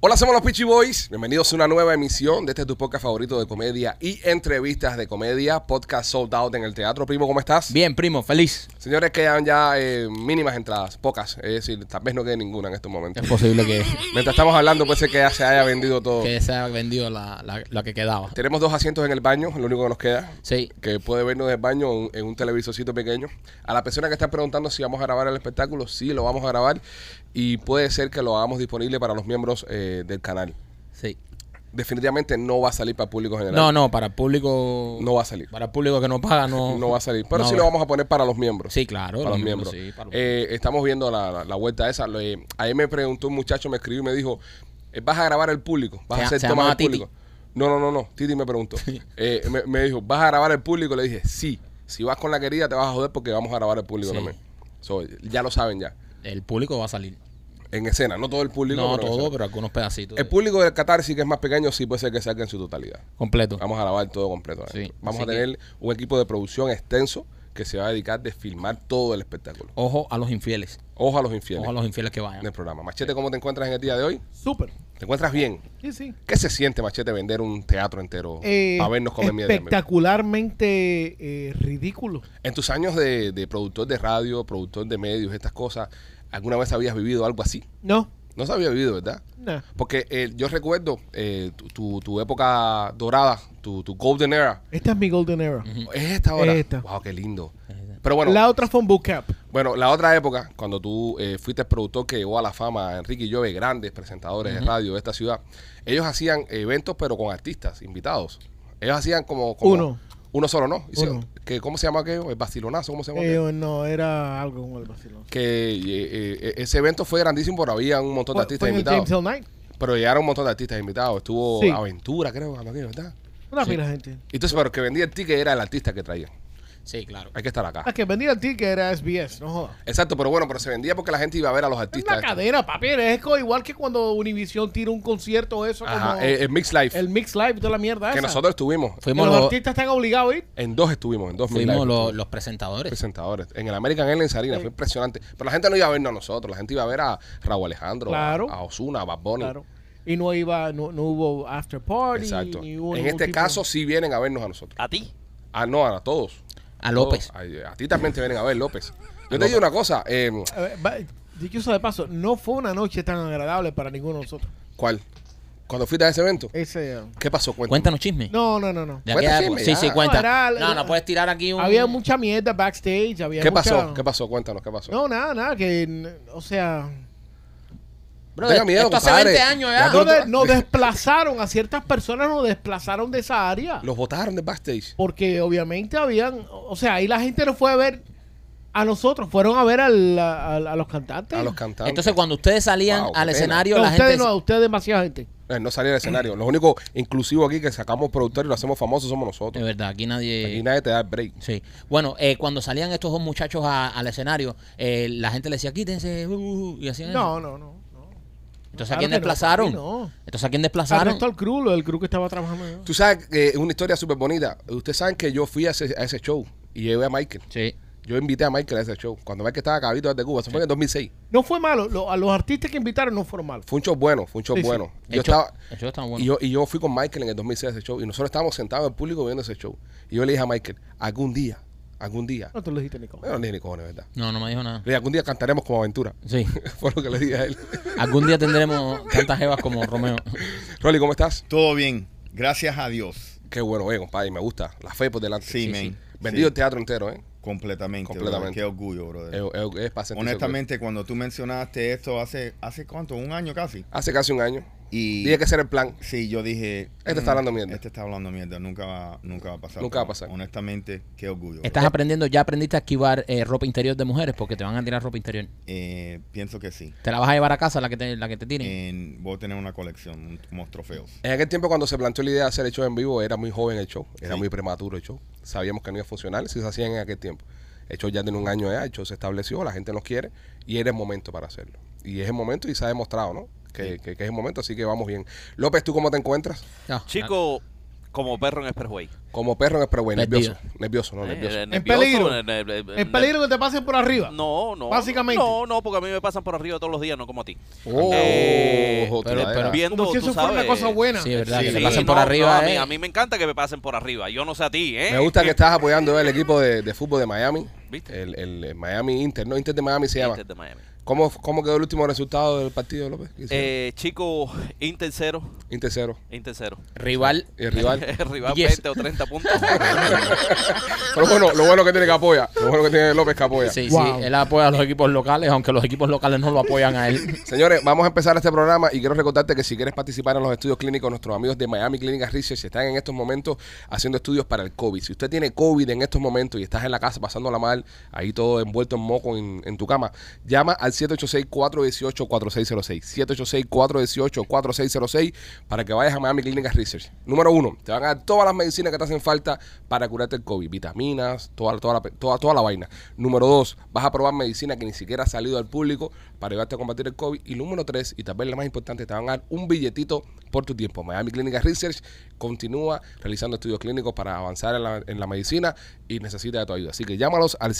Hola, somos los Peachy Boys. Bienvenidos a una nueva emisión de este tu podcast favorito de comedia y entrevistas de comedia. Podcast sold out en el teatro. Primo, ¿cómo estás? Bien, primo, feliz. Señores, quedan ya eh, mínimas entradas, pocas. Es decir, tal vez no quede ninguna en estos momentos. Es posible que, Mientras estamos hablando, puede ser que ya se haya vendido todo. que se haya vendido la, la- la que quedaba. Tenemos dos asientos en el baño, lo único que nos queda. Sí. que puede vernos del baño en- en un televisorcito pequeño. A la persona que está preguntando si vamos a grabar el espectáculo, sí lo vamos a grabar y puede ser que lo hagamos disponible para los miembros eh, del canal. Sí. Definitivamente no va a salir para el público general. No, no, para el público. No va a salir. Para el público que no paga, no. No va a salir. Pero no sí habrá. lo vamos a poner para los miembros. Sí, claro, Para los los miembros. miembros, sí, para los Eh, estamos viendo la, la- la vuelta esa. Lo, eh, ahí me preguntó un muchacho, me escribió y me dijo, eh, ¿vas a grabar el público? ¿Vas Se- a hacer se temas llamaba al público? No, no, no, no. Titi me preguntó. Eh, me, me dijo, ¿vas a grabar el público? Le dije, sí. Si vas con la querida te vas a joder porque vamos a grabar el público Sí. también. So, ya lo saben ya. El público va a salir. En escena, no todo el público. No pero en todo, escena. pero algunos pedacitos. El de- público del Qatar sí que es más pequeño, sí puede ser que salga en su totalidad. completo. Vamos a grabar todo completo. Sí, Vamos a así que- tener un equipo de producción extenso que se va a dedicar de filmar todo el espectáculo. Ojo a los infieles. Ojo a los infieles Ojo a los infieles que del vayan. programa. Machete, ¿cómo te encuentras en el día de hoy? Súper. ¿Te encuentras bien? Sí, sí. ¿Qué se siente, Machete, vender un teatro entero Eh, a vernos comer mierda? espectacularmente eh, ridículo. En tus años de, de productor de radio, productor de medios, estas cosas, ¿alguna vez habías vivido algo así? No, No se había vivido, ¿verdad? no. Porque eh, yo recuerdo eh, tu, tu- tu época dorada, tu, tu golden era. Esta es mi golden era. Es esta hora. Esta. Wow, qué lindo. Pero bueno, La otra fue un boot camp. Bueno, la otra época, cuando tú eh, fuiste el productor que llegó a la fama, Enrique y Llove, grandes presentadores de radio de esta ciudad, ellos hacían eventos pero con artistas, invitados. Ellos hacían como... como- Uno. Uno solo, ¿no? Hicieron- Uno. que, ¿Cómo se llama aquello? El Bacilonazo, ¿cómo se llama? aquello? Eh, no, era algo como el vacilón. Que eh, eh, ese evento fue grandísimo porque había un montón de Fue- artistas fue en el invitados. James L. Knight. Pero llegaron un montón de artistas invitados. Estuvo Sí. Aventura, creo, cuando aquello, ¿verdad? Una Sí. pila de gente. Entonces, pero el que vendía el ticket era el artista que traía. Sí, claro. Hay que estar acá. La Ah, que vendía el ticket era SBS, no jodas. Exacto, pero bueno, pero se vendía porque la gente iba a ver a los Es artistas. una cadena, papi. Es como igual que cuando Univision tira un concierto, eso Ajá, eh, como el, el Mix Live. el Mix Live y toda la mierda. que esa. nosotros estuvimos. Que Fuimos los, los, artistas están obligados a ir. En dos estuvimos, en dos mil fuimos live. los, los presentadores. presentadores. En el American Airlines Arena fue impresionante. Pero la gente no iba a vernos a nosotros, la gente iba a ver a Raúl Alejandro, Claro. a, a Osuna, a Bad Bunny. Claro. Y no iba, no, no hubo after party. Exacto. ni hubo En ningún este tipo- caso sí vienen a vernos a nosotros. ¿A ti? Ah, no, a todos. A López. Todos. A, a ti también te vienen a ver, López. Yo te digo una cosa, eh, A ver, va- Dicho de paso, no fue una noche tan agradable para ninguno de nosotros. ¿cuál? Cuando fuiste a ese evento, Ese, eh, ¿qué pasó? Cuéntame. Cuéntanos chisme. no, no, no, no. De Cuenta aquella chisme, época. Sí, ya. sí, cuenta. No, era- No, no puedes tirar aquí un. Había mucha mierda backstage. Había ¿Qué mucha- pasó? ¿Qué pasó? Cuéntanos, ¿qué pasó? No, nada, nada. Que, n- o sea, Brother, Tenga miedo, esto hace compadre. 20 años Ya ya. tú- no de- nos desplazaron a ciertas personas, nos desplazaron de esa área. Los votaron de backstage. Porque obviamente habían, o sea, ahí la gente no fue a ver a nosotros, fueron a ver al- a, a- a los cantantes. A los cantantes. Entonces, cuando ustedes salían Wow, qué al pena. escenario, No, la ustedes gente. no, a ustedes demasiada gente. Eh, no salía del escenario. Lo único inclusivo aquí que sacamos productores y lo hacemos famosos somos De nosotros. verdad, aquí nadie. Aquí nadie te da el break. Sí. Bueno, eh, cuando salían estos dos muchachos a- al escenario, eh, la gente le decía, quítense, uh, uh, uh", y Eh. hacían eso. No, no, no. no. Entonces, ¿a Claro quién que no, desplazaron? papi, no. Entonces, ¿a quién Al desplazaron? resto del crew, lo del crew que estaba trabajando. Tú sabes que es una historia súper bonita. Ustedes saben que yo fui a ese, a ese show y llevé a Michael. Sí. Yo invité a Michael a ese show. Cuando Michael estaba acabito de Cuba, eso fue en el 2006. No fue malo, lo- a los artistas que invitaron no fueron malos. Fue un show bueno, fue un show Sí, sí. bueno. El Yo show- estaba, el show estaba bueno. Y, yo, y yo fui con Michael en el 2006 a ese show y nosotros estábamos sentados en el público viendo ese show. Y yo le dije a Michael, algún día, algún día, No te lo dijiste, Nico. bueno, no le dije ni cojones, ¿verdad? No, no me dijo nada. Le dije, algún día cantaremos como aventura. Sí. fue lo que le dije a él. Algún día tendremos tantas jevas como Romeo. Rolly, ¿cómo estás? Todo bien, gracias a Dios. Qué bueno, eh, compadre, me gusta. La fe por delante. Sí, men. Vendido Sí. el teatro entero, ¿eh? Completamente. Completamente. brother. Qué orgullo, brother. Es, es- es para sentirse Honestamente, cuando tú mencionaste esto hace, hace cuánto, un año casi. orgulloso. Hace casi un año. Y Dije que ese era el plan. sí, yo dije. Este está hablando mierda". Este está hablando mierda. Nunca va, nunca va a pasar. Nunca va a pasar. Honestamente, qué orgullo. Estás brother. aprendiendo, ya aprendiste a esquivar eh, ropa interior de mujeres porque te van a tirar ropa interior. Eh, pienso que sí. Te la vas a llevar a casa la que te, la que te tiren. En- voy a tener una colección, un- unos trofeos. En aquel tiempo cuando se planteó la idea de hacer el show en vivo, era muy joven el show, era Sí. muy prematuro el show. Sabíamos que no iba a funcionar si se hacían en aquel tiempo. El show ya tiene un año ya, el show se estableció, la gente nos quiere y era el momento para hacerlo. Y es el momento y se ha demostrado, ¿no? que, que- que es el momento, así que vamos bien. López, ¿tú cómo te encuentras? No, Chico, como perro en Expressway. Como perro en el Perú, Perdido. nervioso. Nervioso, no, Eh, nervioso. eh, En nervioso, peligro. eh, eh, eh, ¿En peligro que te pasen por arriba? No, no. Básicamente. No, no, porque a mí me pasan por arriba todos los días, no como a ti. Oh, Eh, tiradera. pero- pero- Viendo, Como si tú eso fuera una sabes, cosa buena. Sí, es verdad, que Sí, te pasen por no, arriba. no, a, mí, eh. a mí me encanta que me pasen por arriba. Yo no sé a ti, ¿eh? Me gusta que estás apoyando el equipo de, de fútbol de Miami. ¿Viste? El, el- el Miami Inter, no, Inter de Miami se llama. Inter de Miami. ¿Cómo, ¿Cómo quedó el último resultado del partido, López? ¿Qué hicieron? Eh, chico, Inter cero. Inter cero. Inter cero. Rival. Y el rival. El rival Yes. 20 o 30 puntos. Pero bueno, lo bueno que tiene que apoya. Lo bueno que tiene López que apoya. Sí, Wow. sí, él apoya a los equipos locales, aunque los equipos locales no lo apoyan a él. Señores, vamos a empezar este programa y quiero recordarte que si quieres participar en los estudios clínicos, nuestros amigos de Miami Clinic Research están en estos momentos haciendo estudios para el COVID. Si usted tiene COVID en estos momentos y estás en la casa pasándola mal, ahí todo envuelto en moco en, en tu cama, llama al 786-418-4606. 786-418-4606 para que vayas a Miami Clinic Research. Número uno, te van a dar todas las medicinas que te hacen falta para curarte el COVID. Vitaminas, toda, toda, la, toda, toda la vaina. Número dos, vas a probar medicina que ni siquiera ha salido al público para ayudarte a combatir el COVID. Y número tres, y tal vez la más importante, te van a dar un billetito por tu tiempo. Miami Clinic Research continúa realizando estudios clínicos para avanzar en la, en la medicina y necesita de tu ayuda. Así que llámalos al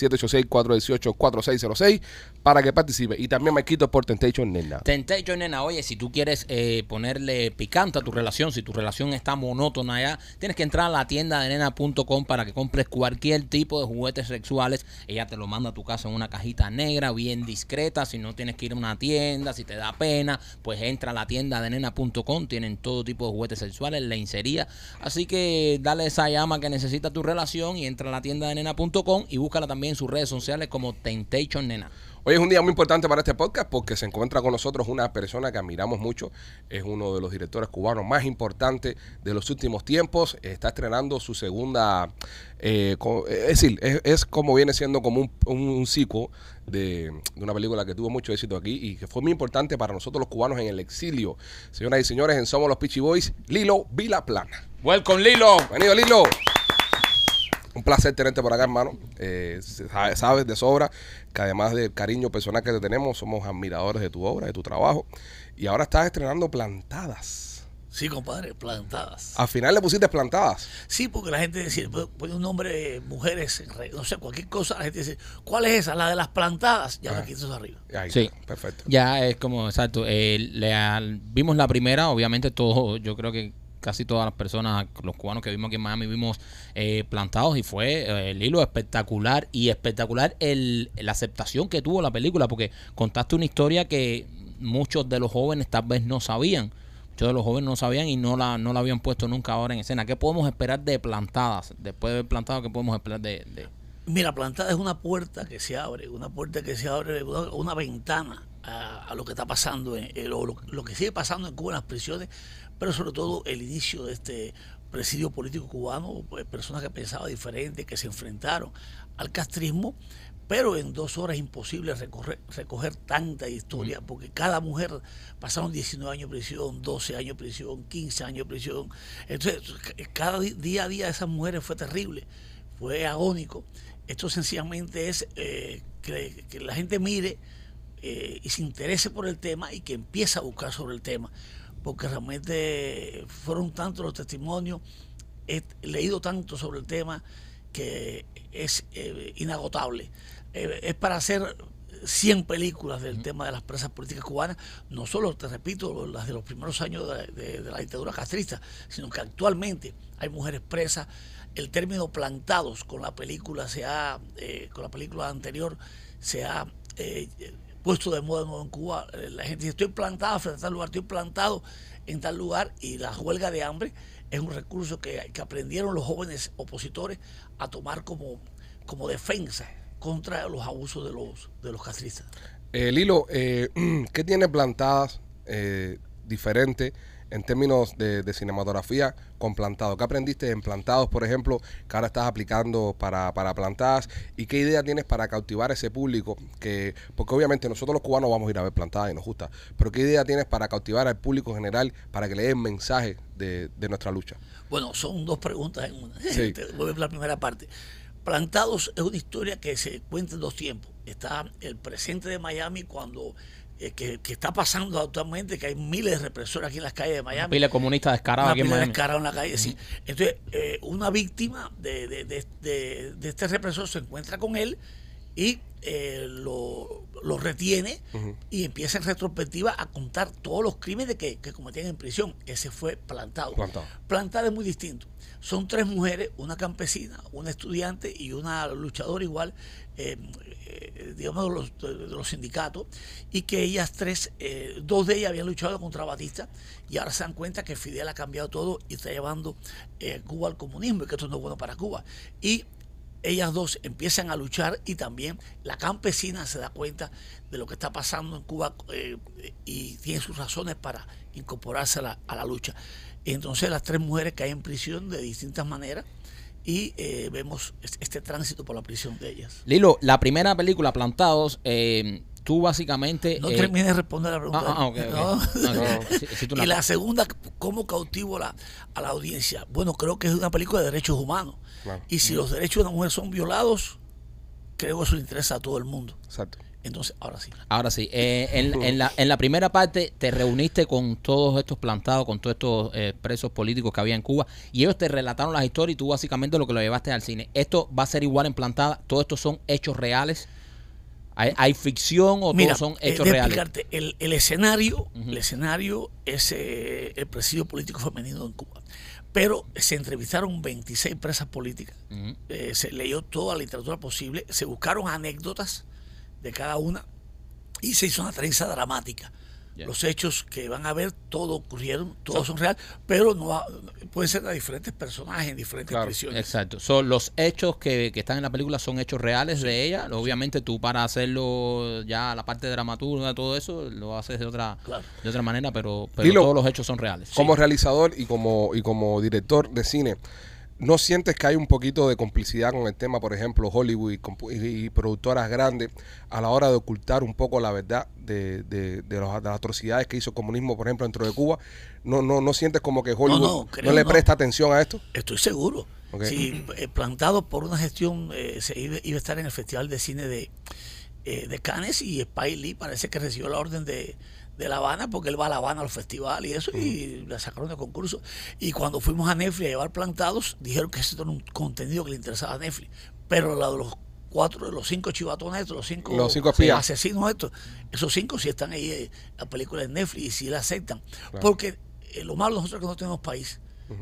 786-418-4606 para que participe. Y también me quito por Temptation Nena. Temptation, nena, oye, si tú quieres eh, ponerle picante a tu relación, si tu relación está monótona ya, tienes que entrar a la tienda de nena.com para que compres cualquier tipo de juguetes sexuales. Ella te lo manda a tu casa en una cajita negra, bien discreta. Si no tienes que ir a una tienda, si te da pena, pues entra a la tienda de nena.com. Tienen todo tipo de juguetes sexuales, lencería. Así que dale esa llama que necesita tu relación y entra a la tienda de nena.com y búscala también en sus redes sociales como Temptation Nena. Hoy es un día muy importante para este podcast porque se encuentra con nosotros una persona que admiramos mucho. Es uno de los directores cubanos más importantes de los últimos tiempos. Está estrenando su segunda. eh, co- eh, es decir, es, es como viene siendo como un, un, un sequel de, de una película que tuvo mucho éxito aquí y que fue muy importante para nosotros los cubanos en el exilio. Señoras y señores, en Somos los Pitchy Boys, Lilo Vilaplana. Welcome, Lilo. Bienvenido, Lilo. Un placer tenerte por acá, hermano. Eh, sa- sabes de sobra que además del cariño personal que te tenemos, somos admiradores de tu obra, de tu trabajo. Y ahora estás estrenando plantadas. Sí, compadre, plantadas. Al final le pusiste plantadas. Sí, porque la gente dice, pone pone un nombre, mujeres, en re- no sé, cualquier cosa, la gente dice, ¿cuál es esa? La de las plantadas. Ya me quito eso arriba. Ahí Sí. está, perfecto. Ya es como, exacto. eh, la- vimos la primera, obviamente todo, yo creo que casi todas las personas, los cubanos que vimos aquí en Miami, vimos eh, plantados y fue eh, el hilo espectacular y espectacular el, la aceptación que tuvo la película, porque contaste una historia que muchos de los jóvenes tal vez no sabían. Muchos de los jóvenes no sabían y no la, no la habían puesto nunca ahora en escena. ¿Qué podemos esperar de plantadas? Después de ver plantado, ¿qué podemos esperar de...? de- Mira, plantada es una puerta que se abre, una puerta que se abre, una, una ventana a, a lo que está pasando, en, en lo, lo- lo que sigue pasando en Cuba, en las prisiones, pero sobre todo el inicio de este presidio político cubano, pues, personas que pensaban diferente, que se enfrentaron al castrismo, pero en dos horas es imposible recorrer- recoger tanta historia, porque cada mujer pasaron 19 años de prisión, 12 años de prisión, 15 años de prisión. Entonces, ca- cada di- día a día de esas mujeres fue terrible fue agónico. Esto sencillamente es eh, que, que la gente mire eh, y se interese por el tema y que empiece a buscar sobre el tema, porque realmente fueron tantos los testimonios, he leído tanto sobre el tema que es eh, inagotable. Eh, es para hacer 100 películas del tema de las presas políticas cubanas, no solo, te repito, las de los primeros años de, de- de la dictadura castrista, sino que actualmente hay mujeres presas. El término plantados con la película se ha, eh, con la película anterior se ha eh, puesto de moda de nuevo en Cuba. Eh, La gente dice, estoy plantada frente a tal lugar, estoy plantado en tal lugar y la huelga de hambre es un recurso que, que aprendieron los jóvenes opositores a tomar como, como defensa contra los abusos de los, de los castristas. Eh, Lilo, eh, ¿qué tiene plantadas eh, diferente en términos de, de cinematografía con plantados? ¿Qué aprendiste en plantados, por ejemplo, que ahora estás aplicando para, para plantadas? ¿Y qué idea tienes para cautivar ese público? Que, porque obviamente nosotros los cubanos vamos a ir a ver plantadas y nos gusta, pero ¿qué idea tienes para cautivar al público en general para que le den mensaje de, de nuestra lucha? Bueno, son dos preguntas en una. Sí. Te voy a ver la primera parte. Plantados es una historia que se cuenta en dos tiempos. Está el presente de Miami cuando eh, que, que está pasando actualmente, que hay miles de represores aquí en las calles de Miami. Pile comunista descarado una aquí en pila Miami. descarada en la calle. sí. Entonces, eh, una víctima de, de- de- de- de este represor se encuentra con él y eh, lo, lo retiene y empieza en retrospectiva a contar todos los crímenes que, que cometían en prisión. Ese fue plantado. Plantado. Plantado es muy distinto. Son tres mujeres, una campesina, una estudiante y una luchadora igual, eh, eh, digamos, de los, de- de los sindicatos, y que ellas tres, eh, dos de ellas habían luchado contra Batista y ahora se dan cuenta que Fidel ha cambiado todo y está llevando eh, Cuba al comunismo y que esto no es bueno para Cuba. Y ellas dos empiezan a luchar y también la campesina se da cuenta de lo que está pasando en Cuba eh, y tiene sus razones para incorporarse a la, a la lucha. Entonces las tres mujeres caen en prisión de distintas maneras y eh, vemos es- este tránsito por la prisión de ellas. Lilo, la primera película, Plantados, eh, tú básicamente... No eh, termine de responder la pregunta. Ah, ah, ok, ok. No, No. no, sí, sí, tú y la- la segunda, ¿cómo cautivo la, a la audiencia? Bueno, creo que es una película de derechos humanos. Claro. Y si los derechos de una mujer son violados, creo que eso le interesa a todo el mundo. Exacto. Entonces, ahora sí. Ahora sí, eh, en, en la, en la primera parte te reuniste con todos estos plantados, con todos estos eh, presos políticos que había en Cuba y ellos te relataron las historias y tú básicamente lo que lo llevaste al cine. ¿Esto va a ser igual en plantada? ¿Todos estos son hechos reales? ¿Hay, hay ficción o Mira, todos son eh, hechos de reales? explicarte, el, el escenario, el escenario es eh, el presidio político femenino en Cuba. Pero se entrevistaron 26 presas políticas, Ujú. eh, se leyó toda la literatura posible, se buscaron anécdotas de cada una y se hizo una trenza dramática. Ya. Los hechos que van a ver, todo ocurrieron, todos son reales, pero no ha- pueden ser de diferentes personajes en diferentes Claro, prisiones. Exacto. Son los hechos que, que están en la película son hechos reales de ella. Obviamente tú para hacerlo ya la parte dramaturga, todo eso, lo haces de otra, Claro. de otra manera, pero, pero Dilo. todos los hechos son reales. Como realizador y como, y como director de cine, ¿no sientes que hay un poquito de complicidad con el tema, por ejemplo, Hollywood y, compu- y- y productoras grandes a la hora de ocultar un poco la verdad de, de- de los- de las atrocidades que hizo el comunismo, por ejemplo, dentro de Cuba? ¿No, no, no sientes como que Hollywood no, no, creo le no. presta atención a esto? Estoy seguro. Ok. Si eh, plantado por una gestión, eh, se iba, iba a estar en el Festival de Cine de, eh, de Cannes y Spike Lee parece que recibió la orden de, de La Habana porque él va a La Habana al festival y eso Mm. y la sacaron de concurso. Y cuando fuimos a Netflix a llevar plantados, dijeron que ese era un contenido que le interesaba a Netflix. Pero la de los cuatro, de los cinco chivatones estos, los cinco, Los cinco espías. asesinos estos, esos cinco si están ahí eh, la película de Netflix y si la aceptan. Porque eh, lo malo de nosotros es que no tenemos país.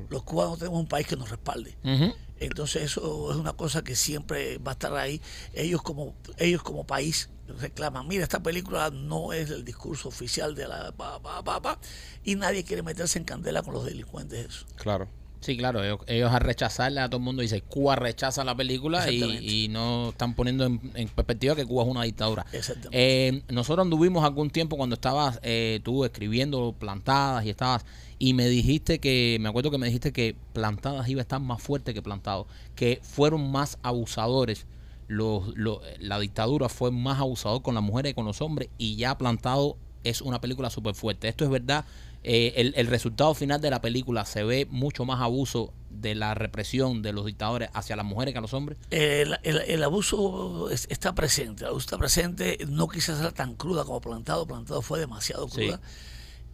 Los cubanos no tenemos un país que nos respalde. Ujú. Entonces eso es una cosa que siempre va a estar ahí. Ellos como ellos como país reclaman, mira, esta película no es el discurso oficial de la... pa, pa, pa, pa", y nadie quiere meterse en candela con los delincuentes. Eso. Claro. Sí, claro, ellos, ellos a rechazarla, a todo el mundo dice, Cuba rechaza la película Exactamente. y, y no están poniendo en, en perspectiva que Cuba es una dictadura. Exactamente. Eh, nosotros anduvimos algún tiempo cuando estabas eh, tú escribiendo plantadas y estabas, y me dijiste que, me acuerdo que me dijiste que plantadas iba a estar más fuerte que plantado, que fueron más abusadores. Los, los- la dictadura fue más abusador con las mujeres y con los hombres y ya plantado es una película súper fuerte. Esto es verdad. Eh, el, el resultado final de la película se ve mucho más abuso de la represión de los dictadores hacia las mujeres que a los hombres. El, el- el abuso es- está presente, el abuso está presente, no quise hacerla tan cruda como Plantado, Plantado fue demasiado Sí. cruda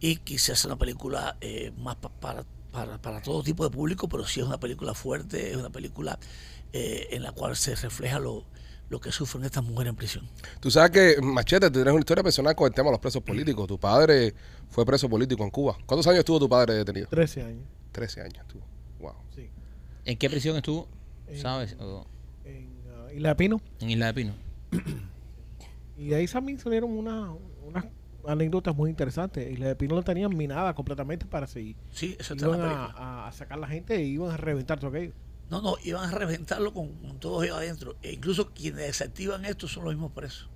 y quise hacer una película eh, más pa- para, para, para todo tipo de público, pero sí es una película fuerte, es una película eh, en la cual se refleja lo, lo que sufren estas mujeres en prisión. Tú sabes que, Machete, tú tienes una historia personal con el tema de los presos políticos. Tu padre fue preso político en Cuba. ¿Cuántos años estuvo tu padre detenido? 13 años. Trece años estuvo. Wow. Sí. ¿En qué prisión estuvo? Eh, ¿Sabes? O- En ah, Isla de Pino. en Isla de Pino. Y de ahí también salieron una- unas anécdotas muy interesantes. Isla de Pino la tenían minada completamente para seguir. Sí, eso está en la Iban película. a, a sacar la gente y iban a reventar todo aquello. No, no, iban a reventarlo con, con todos ellos adentro. E incluso quienes desactivan esto son los mismos presos.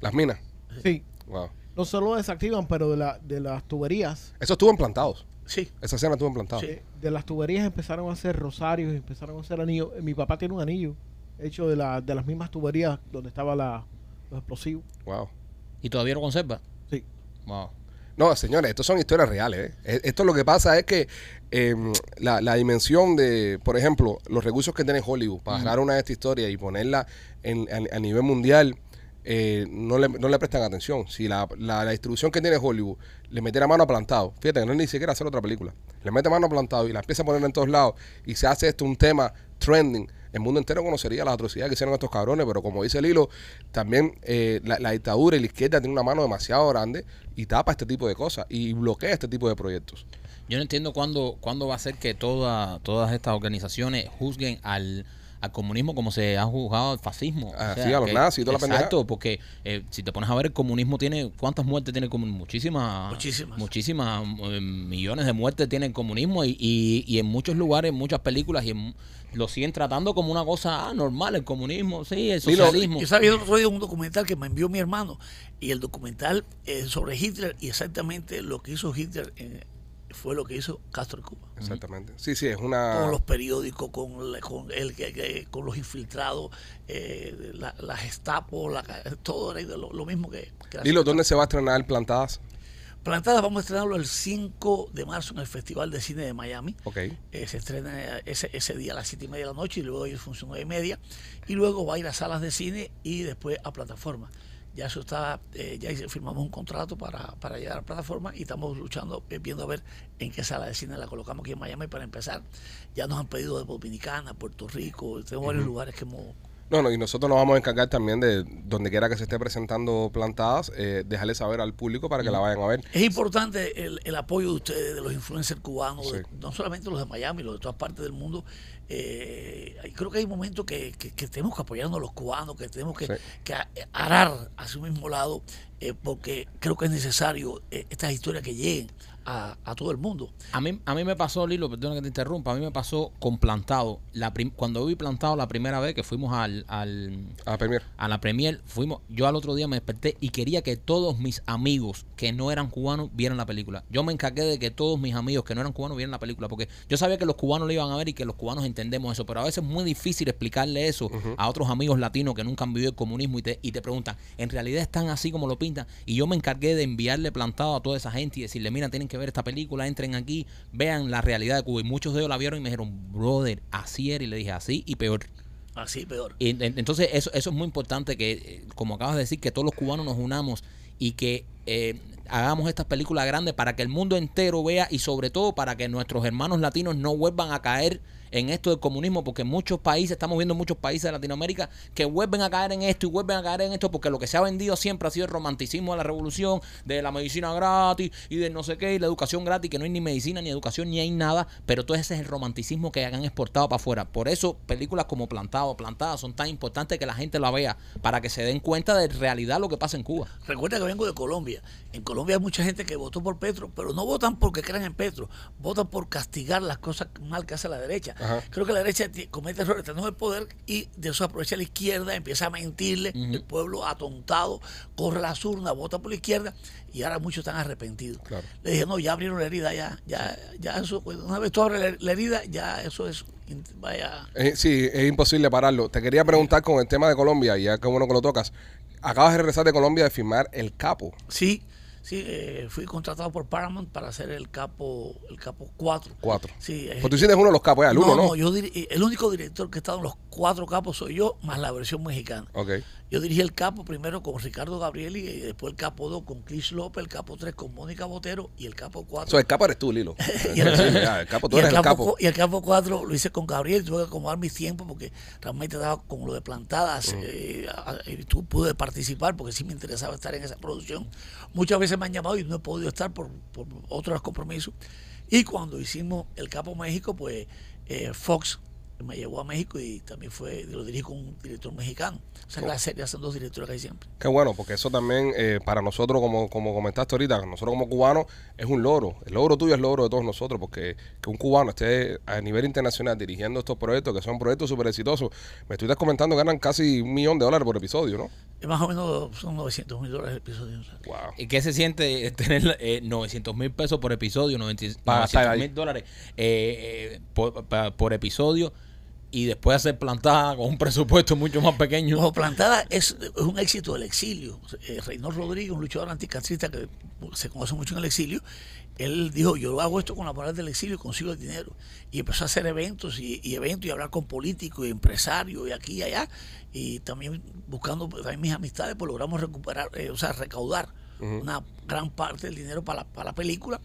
Las minas. Sí. Wow. No solo desactivan, pero de, la, de las tuberías. Eso estuvo en plantados. Sí, Esa escena estuvo en plantados. Sí. eh, De las tuberías empezaron a hacer rosarios, empezaron a hacer anillos. Eh, Mi papá tiene un anillo hecho de, la, de las mismas tuberías donde estaba la, los explosivos. Wow. ¿Y todavía lo conserva? Sí. Wow. No, señores, estos son historias reales. ¿eh? E- Esto lo que pasa es que eh, la, la dimensión de, por ejemplo, los recursos que tiene Hollywood para agarrar una de estas historias y ponerla en- a, a nivel mundial eh, no, le, no le prestan atención. Si la, la- la distribución que tiene Hollywood le metiera mano a plantado, fíjate que no es ni siquiera hacer otra película, le mete mano a plantado y la empieza a poner en todos lados y se hace esto un tema trending, el mundo entero conocería las atrocidades que hicieron estos cabrones, pero como dice Lilo, también eh, la, la dictadura y la izquierda tiene una mano demasiado grande y tapa este tipo de cosas y bloquea este tipo de proyectos. Yo no entiendo cuándo, cuándo va a ser que toda, todas estas organizaciones juzguen al, al comunismo como se ha juzgado al fascismo. Ah, sí, a los nazis y toda la pendejada. Exacto, porque eh, si te pones a ver, el comunismo tiene. ¿Cuántas muertes tiene el comunismo? Muchísimas. Muchísimas. Muchísimas. eh, millones de muertes tiene el comunismo y, y, y en muchos lugares, en muchas películas, y en- lo siguen tratando como una cosa ah, normal, el comunismo, sí, el Lilo, socialismo. Yo estaba viendo el otro día un documental que me envió mi hermano y el documental eh, sobre Hitler y exactamente lo que hizo Hitler eh, fue lo que hizo Castro en Cuba. Exactamente. Sí, sí, es una... Con los periódicos, con, la- con, el, que- que- con los infiltrados, eh, la, la Gestapo, la, todo era lo, lo mismo que... que la- Lilo, ¿dónde se va a estrenar Plantadas? Plantadas vamos a estrenarlo el 5 de marzo en el Festival de Cine de Miami. Ok. Eh, se estrena ese, ese día a las 7 y media de la noche y luego hay función 9 y media y luego va a ir a salas de cine y después a plataforma. Ya eso está, eh, ya hice- firmamos un contrato para, para llegar a plataforma y estamos luchando, eh, viendo a ver en qué sala de cine la colocamos aquí en Miami para empezar. Ya nos han pedido de Dominicana, Puerto Rico, tengo varios lugares que hemos... No, no, y nosotros nos vamos a encargar también de donde quiera que se esté presentando Plantadas, eh, dejarle saber al público para que la vayan a ver. Es importante el, el apoyo de ustedes, de los influencers cubanos, de- Sí. no solamente los de Miami, los de todas partes del mundo. Eh, y creo que hay momentos que, que- que tenemos que apoyarnos a los cubanos, que tenemos que, Sí. que a- arar hacia un mismo lado, eh, porque creo que es necesario eh, estas historias que lleguen a, a todo el mundo. A mí, a mí me pasó, Lilo, perdona que te interrumpa, a mí me pasó con Plantado. La prim- cuando vi Plantado la primera vez que fuimos al, al- A Premier. a la premier, fuimos, yo al otro día me desperté y quería que todos mis amigos que no eran cubanos vieran la película. Yo me encargué de que todos mis amigos que no eran cubanos vieran la película, porque yo sabía que los cubanos lo iban a ver y que los cubanos entendemos eso, pero a veces es muy difícil explicarle eso a otros amigos latinos que nunca han vivido el comunismo y te, y te preguntan, ¿en realidad están así como lo pintan? Y yo me encargué de enviarle plantado a toda esa gente y decirle, mira, tienen que ver esta película, entren aquí, vean la realidad de Cuba. Y muchos de ellos la vieron y me dijeron, brother, así era. Y le dije, así y peor. Así peor. Y en- en- entonces, eso, eso es muy importante que, eh, como acabas de decir, que todos los cubanos nos unamos y que eh, hagamos estas películas grandes para que el mundo entero vea y sobre todo para que nuestros hermanos latinos no vuelvan a caer en esto del comunismo, porque en muchos países, estamos viendo muchos países de Latinoamérica que vuelven a caer en esto y vuelven a caer en esto, porque lo que se ha vendido siempre ha sido el romanticismo de la revolución, de la medicina gratis y de no sé qué, y la educación gratis, que no hay ni medicina, ni educación, ni hay nada, pero todo ese es el romanticismo que han exportado para afuera. Por eso películas como Plantado, Plantada son tan importantes que la gente la vea, para que se den cuenta de realidad lo que pasa en Cuba. Recuerda que vengo de Colombia. En Colombia hay mucha gente que votó por Petro, pero no votan porque crean en Petro, votan por castigar las cosas mal que hace la derecha. Ajá. Creo que la derecha ti- comete errores, tenemos el poder y de eso aprovecha la izquierda, empieza a mentirle, el pueblo atontado, corre las urnas, vota por la izquierda y ahora muchos están arrepentidos. Claro. Le dije, no, ya abrieron la herida, ya, ya, ya eso, pues, una vez tú abres la, la herida, ya eso es, vaya, Eh, sí, es imposible pararlo. Te quería preguntar con el tema de Colombia, y ya que bueno que lo tocas. Acabas de regresar de Colombia de firmar El Capo. sí. Sí, eh, fui contratado por Paramount para ser el capo el capo 4. Cuatro. Sí, eh, Pues tú hiciste uno de los capos, ya, el uno, ¿no? yo diri- eh, el único director que ha estado en los cuatro capos soy yo, más la versión mexicana. Ok. Yo dirigí el capo primero con Ricardo Gabriel y después el capo 2 con Chris López, el capo 3 con Mónica Botero y el capo 4. So, el capo eres tú, Lilo. Y el- Sí, ya, el capo, Pues tú y eres el cu- capo. Y el campo 4 lo hice con Gabriel, tuve que acomodar mis tiempos porque realmente estaba con lo de Mm. plantadas eh, a- y tú pude participar porque sí me interesaba estar en esa producción. Muchas veces me han llamado y no he podido estar por, por otros compromisos. Y cuando hicimos el Capo México, pues eh, Fox me llevó a México y también fue, lo dirigí con un director mexicano. O Oh. sea, que la serie hacen dos directores que hay siempre. Qué bueno, porque eso también eh, para nosotros, como, como comentaste ahorita, nosotros como cubanos, es un logro. El logro tuyo es logro de todos nosotros, porque que un cubano esté a nivel internacional dirigiendo estos proyectos, que son proyectos súper exitosos. Me estuviste comentando que ganan casi un millón de dólares por episodio, ¿no? Eh, Más o menos son 900 mil dólares el episodio. o sea. Wow. ¿Y ¿Qué se siente eh, tener eh, 900 mil pesos por episodio, 90 Para estar 900 ahí. mil dólares eh, eh, por, pa- por episodio? y después hacer plantada con un presupuesto mucho más pequeño. Ojo Plantada es, es un éxito del exilio. Eh, Reynor Rodríguez, un luchador anticastrista que pues, se conoce mucho en el exilio, él dijo, yo hago esto con la palabra del exilio y consigo el dinero. Y empezó a hacer eventos y, y eventos y hablar con políticos y empresarios y aquí y allá. Y también buscando pues, también mis amistades, pues logramos recuperar, eh, o sea, recaudar una gran parte del dinero para la, para la película.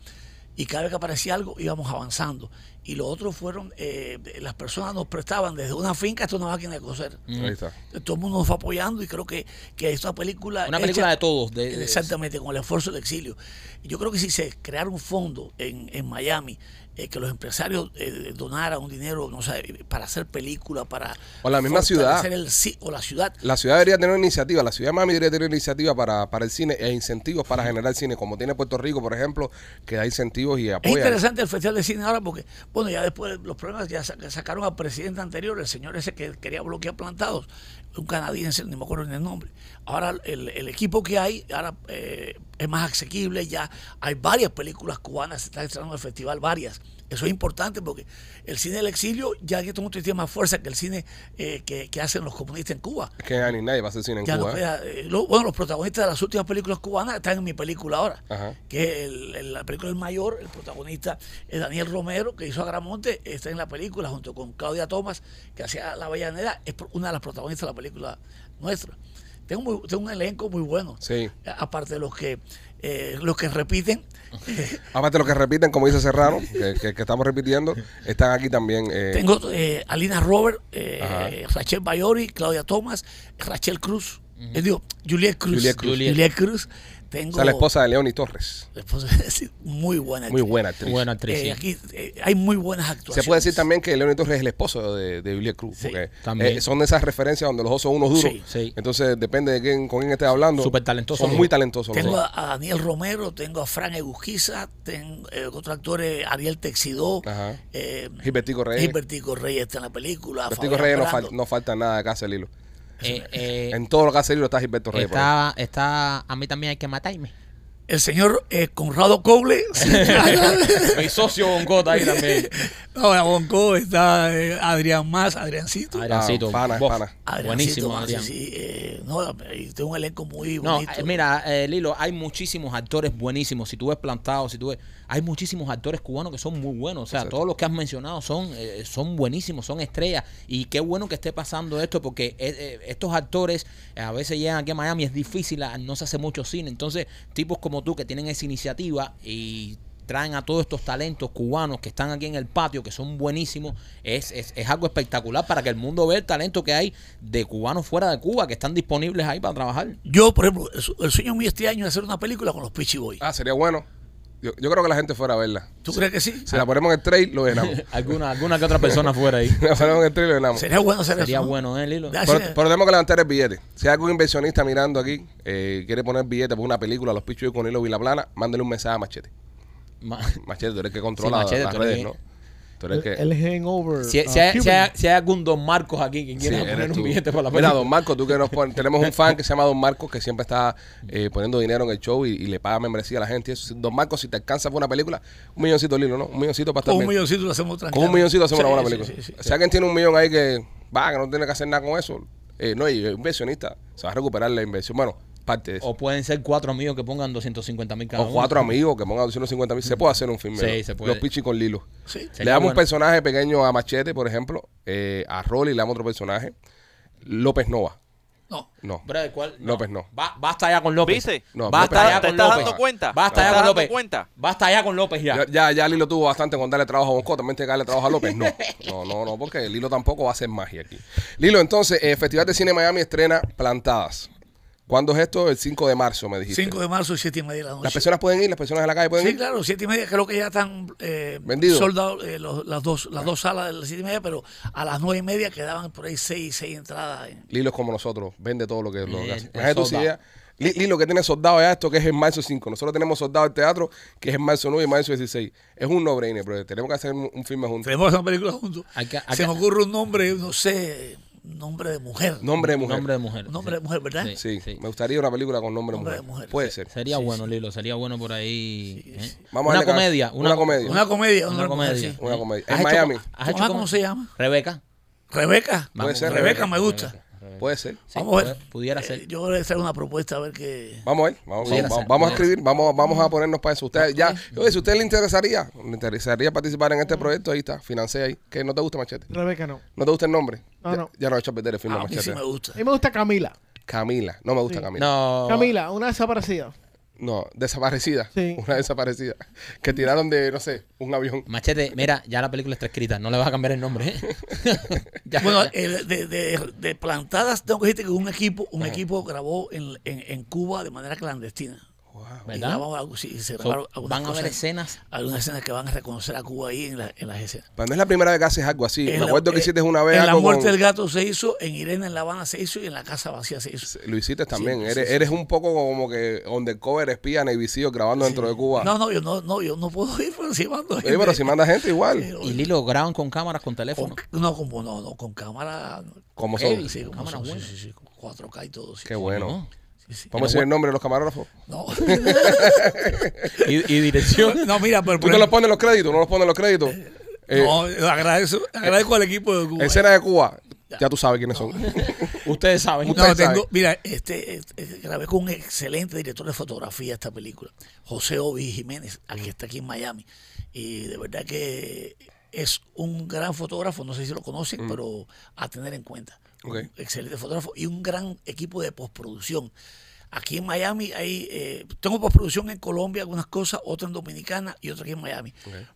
Y cada vez que aparecía algo íbamos avanzando. Y lo otro fueron, eh, las personas nos prestaban desde una finca hasta una máquina de coser. Ahí está. Todo el mundo nos fue apoyando y creo que, que es una película. Una película hecha- de todos, de- de- exactamente, con el esfuerzo del exilio. Y Yo creo que si se creara un fondo en, en Miami, eh, que los empresarios eh, donaran un dinero no sé, para hacer película, para. O la misma ciudad. fortalecer El, ci- o la ciudad. La ciudad debería tener una iniciativa, la ciudad de Miami debería tener iniciativa para, para el cine e incentivos para generar cine, como tiene Puerto Rico, por ejemplo, que da incentivos y Es apoya. interesante el Festival de Cine ahora porque, bueno, ya después de los problemas ya sa- sacaron al presidente anterior, el señor ese que quería bloquear plantados, un canadiense, ni me acuerdo ni el nombre. Ahora el, el equipo que hay ahora eh, es más asequible, ya hay varias películas cubanas, se están estrenando en el festival varias. Eso es importante porque el cine del exilio ya en este momento tiene más fuerza que el cine eh, que, que hacen los comunistas en Cuba. Es que ni nadie va a hacer cine en Ya no Cuba. ¿eh? queda, eh, lo- bueno, los protagonistas de las últimas películas cubanas están en mi película ahora, Ajá. que es el- el- la película El Mayor, el protagonista es Daniel Romero, que hizo Agramonte, está en la película junto con Claudia Thomas, que hacía La Avellaneda, es pro- una de las protagonistas de la película nuestra. Tengo, muy- tengo un elenco muy bueno, Sí. A- aparte de los que, eh, los que repiten. eh, Aparte, los que repiten, como dice Serrano, que, que- que estamos repitiendo, están aquí también. eh, Tengo eh, Alina Robert, Ajá. eh, Rachel Bayori, Claudia Thomas, Rachel Cruz, eh, digo, Juliet Cruz. Juliet Cruz. Juliet Cruz. Tengo o sea, la esposa de Leoni Torres. La esposa es decir, muy buena. Muy actriz. buena actriz. Buena Eh, actriz. sí. Aquí eh, hay muy buenas Se actuaciones. puede decir también que Leoni Torres es el esposo de, de Julia Cruz. Sí, porque, también. eh, son de esas referencias donde los dos son unos duros. Sí, sí. Entonces, depende de quién, con quién estés hablando. Súper talentosos Son los muy dos. talentosos. los Tengo dos. a, a Daniel Romero, tengo a Fran Egusquiza, tengo eh, otro actor, eh, Ariel Texidó, Ajá. eh, Gilbertico Reyes. Gilbertico Reyes está en la película. Gilbertico Fabián Reyes no, Brando. fal- no falta nada de Casa del Hilo. Eh, eh, en todo lo que hace Hilo está Gilberto Reyes. por ahí. Está, está, a mí también hay que matarme. El señor eh, Conrado Coble. mi socio Goncota ahí también. Ahora Bonco está eh, Adrián Más, Adriancito. Adriancito, Ah, pana, es vos. pana. Buenísimo, Adriancito Más, sí, Adrián. sí, eh, no, y tengo un elenco muy No, bonito. eh, mira, eh, Lilo, hay muchísimos actores buenísimos. Si tú ves plantado, si tú ves. Hay muchísimos actores cubanos que son muy buenos. O sea, Exacto. todos los que has mencionado son, eh, son buenísimos, son estrellas. Y qué bueno que esté pasando esto, porque eh, eh, estos actores eh, a veces llegan aquí a Miami, es difícil, ah, no se hace mucho cine. Entonces, tipos como tú que tienen esa iniciativa y traen a todos estos talentos cubanos que están aquí en el patio, que son buenísimos, es, es, es algo espectacular para que el mundo vea el talento que hay de cubanos fuera de Cuba, que están disponibles ahí para trabajar. Yo, por ejemplo, el, su- el sueño mío este año es hacer una película con los Pichi Boys. Ah, sería bueno. Yo, yo creo que la gente fuera a verla. ¿Tú crees que sí? Si Ah. la ponemos en el trail, lo llenamos. alguna, alguna que otra persona fuera ahí. Si la ponemos en el trail, lo llenamos. Sería bueno hacer Sería eso, ¿no? bueno, ¿eh, Lilo? Ya, Pero, sí, pero tenemos que levantar el billete. Si hay algún inversionista mirando aquí, eh, quiere poner billete por una película, Los Pichos con Hilo Vilaplana, mándele un mensaje a Machete. Ma- Machete, tú eres el que controla Sí, Machete, las tú eres redes, el- ¿no? Tú eres el que... El hangover. Si, ah, si hay, si, Cuban. hay, si hay algún Don Marcos aquí que Sí, quiera eres poner un tú. billete para la Mira, película. don Marcos, tú que nos pones, tenemos un fan que se llama Don Marcos que siempre está eh, poniendo dinero en el show y, y le paga membresía a la gente. y eso. Don Marcos, si te alcanza por una película, un milloncito Lilo, ¿no? Un milloncito para estar Con un bien. milloncito lo hacemos tranquilo. Con un milloncito hacemos Sí, una buena sí, película. sí, sí. Si alguien tiene un millón ahí que va, que no tiene que hacer nada con eso, eh, no, y inversionista, se va a recuperar la inversión. Bueno, parte de eso. O pueden ser cuatro amigos que pongan 250 mil cada O uno. cuatro amigos que pongan 250 mil. Se puede hacer un filme. Sí, ¿no? se puede. Los pichis con Lilo. Sí. Sería le damos un bueno. personaje pequeño a Machete, por ejemplo. eh, a Rolly le damos otro personaje. López Nova. No. No. Brother, ¿cuál? López no. Ba- basta ya con López. ¿Viste? No, basta López ya no. ¿Te con estás López. dando cuenta? Basta ¿Te ya estás con dando López. cuenta? Basta ya con López ya. Ya, ya, ya Lilo tuvo bastante con darle trabajo a Bonco. También tiene que darle trabajo a López. No, no, no, no, porque Lilo tampoco va a hacer magia aquí. Lilo, entonces, eh, Festival de Cine Miami estrena Plantadas. ¿Cuándo es esto? El 5 de marzo, me dijiste. 5 de marzo, 7 y media de la Las noche. personas pueden ir, las personas de la calle pueden Sí, ir. claro, 7 y media. Creo que ya están eh, Vendido. soldados eh, los- las, dos, las dos salas de las 7 y media, pero a las 9 y media quedaban por ahí 6 seis entradas. en- Lilo es como nosotros, vende todo lo que, lo que hace. Eh, Imagínate tú si soldado. ella- Li- Lilo que tiene soldado ya esto que es en marzo 5. Nosotros tenemos soldado el teatro que es en marzo 9 y marzo 16. Es un no-brainer, pero tenemos que hacer un, un filme juntos. Tenemos una película juntos. Hay que- hay Se que- me ocurre un nombre, no sé, nombre de mujer. Nombre de mujer. Nombre de mujer. Un nombre de mujer, ¿verdad? Sí. Sí, me gustaría una película con nombre de Nombre mujer. de mujer, Puede sí. ser. Sería bueno, Lilo. Sería bueno por ahí. ¿eh? Vamos a una, darle cabeza. comedia, Una comedia. Una comedia. Una nombre de mujer, comedia. sí. Una comedia. ¿Has En hecho- Miami. ¿Has hecho Ajá, com- ¿Cómo se llama? Rebeca. Rebeca. Puede ser, Rebeca Rebeca. me gusta. Puede ser. Sí, Vamos a ver. puede- Pudiera Eh, ser. yo le traigo una propuesta a ver qué. Vamos a ver, vamos, Pudiera vamos- ser, vamos a pudiera escribir, vamos, vamos a ponernos para eso. Usted, ya, oye, si a usted le interesaría, le interesaría participar en este proyecto, ahí está, financia ahí. ¿Qué no te gusta Machete? Rebeca no. ¿No te gusta el nombre? No, ya, no. Ya no he hecho a perder el film de Ah, A mí sí Machete. me gusta. A mí me gusta Camila. Camila, no me gusta Sí. Camila. No. Camila, una desaparecida. No, desaparecida. Sí. Una desaparecida. Que tiraron de, no sé, un avión. Machete, mira, ya la película está escrita, no le vas a cambiar el nombre. ¿eh? Ya. Ah, Bueno, eh, de, de- de plantadas, tengo que decirte que un equipo, un equipo grabó en, en- en Cuba de manera clandestina. eh, Ah, Y ¿Verdad? grabamos algo, sí, y se So, grabaron algunas van a haber cosas. escenas. Algunas escenas que van a reconocer a Cuba ahí en, la- en las escenas. Pero no es la primera vez que haces algo así. En me la- acuerdo que eh, hiciste una vez En la algo muerte con- del gato se hizo, en Irene, en La Habana se hizo y en la casa vacía se hizo. Lo hiciste también. Sí, sí, eres, sí, eres un poco como que undercover espía Navy Seal grabando dentro de Cuba. No, no, yo no, no, yo no puedo ir, pero si mando. Oye, pero gente. si manda gente igual. Sí, Y Lilo graban con cámaras, con con- teléfono. no, como no, no, con cámara. Como son. Sí, como cámara son, sí, buena. sí, sí, con 4K y todo. sí, Qué sí. bueno. Sí, sí. Vamos a decir el nombre de los camarógrafos. No, Y, y dirección. no, mira, pero. ¿Tú te los pones los créditos? ¿No los pones los créditos? Eh, No, yo agradezco, agradezco al equipo de Cuba. escena de Cuba. Ya tú sabes quiénes son. Ustedes saben. No, ustedes tengo, saben. mira, este, este, grabé con un excelente director de fotografía esta película, José Obi Jiménez, Mm. aquí está aquí en Miami. Y de verdad que es un gran fotógrafo, no sé si lo conocen, pero a tener en cuenta. Mm. Ok. Un Excelente fotógrafo y un gran equipo de postproducción. Aquí en Miami hay, eh, tengo postproducción en Colombia, algunas cosas, otra en Dominicana y otra aquí en Miami.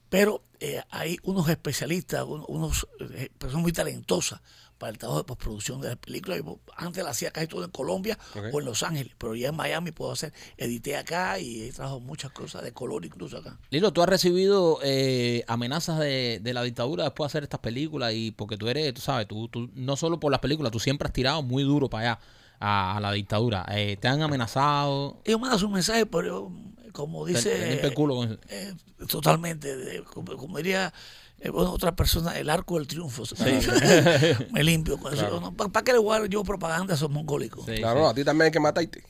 Pero eh, hay unos especialistas, un- unos eh, personas muy talentosas para el trabajo de postproducción de las películas. Yo Antes la hacía casi todo en Colombia o en Los Ángeles, pero ya en Miami puedo hacer, edité acá y he trabajado muchas cosas de color incluso acá. Lilo, tú has recibido eh, amenazas de, de la dictadura después de hacer estas películas y porque tú eres, tú sabes, tú, tú no solo por las películas, tú siempre has tirado muy duro para allá a, a la dictadura. Eh, te han amenazado. Ellos mandan un mensaje, pero eh, como Te- dice... te limpa el culo con- Eh, totalmente. de- como, como diría eh, bueno, otra persona, el arco del triunfo. Me limpio con eso. ¿Para qué le voy a dar yo propaganda a esos mongólicos? Sí, Claro, sí. a ti también hay que matarte.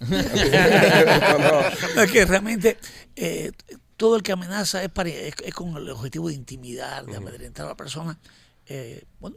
No, no. No, es que realmente eh, todo el que amenaza es, para, es, es con el objetivo de intimidar, de amedrentar a la persona. Eh, bueno,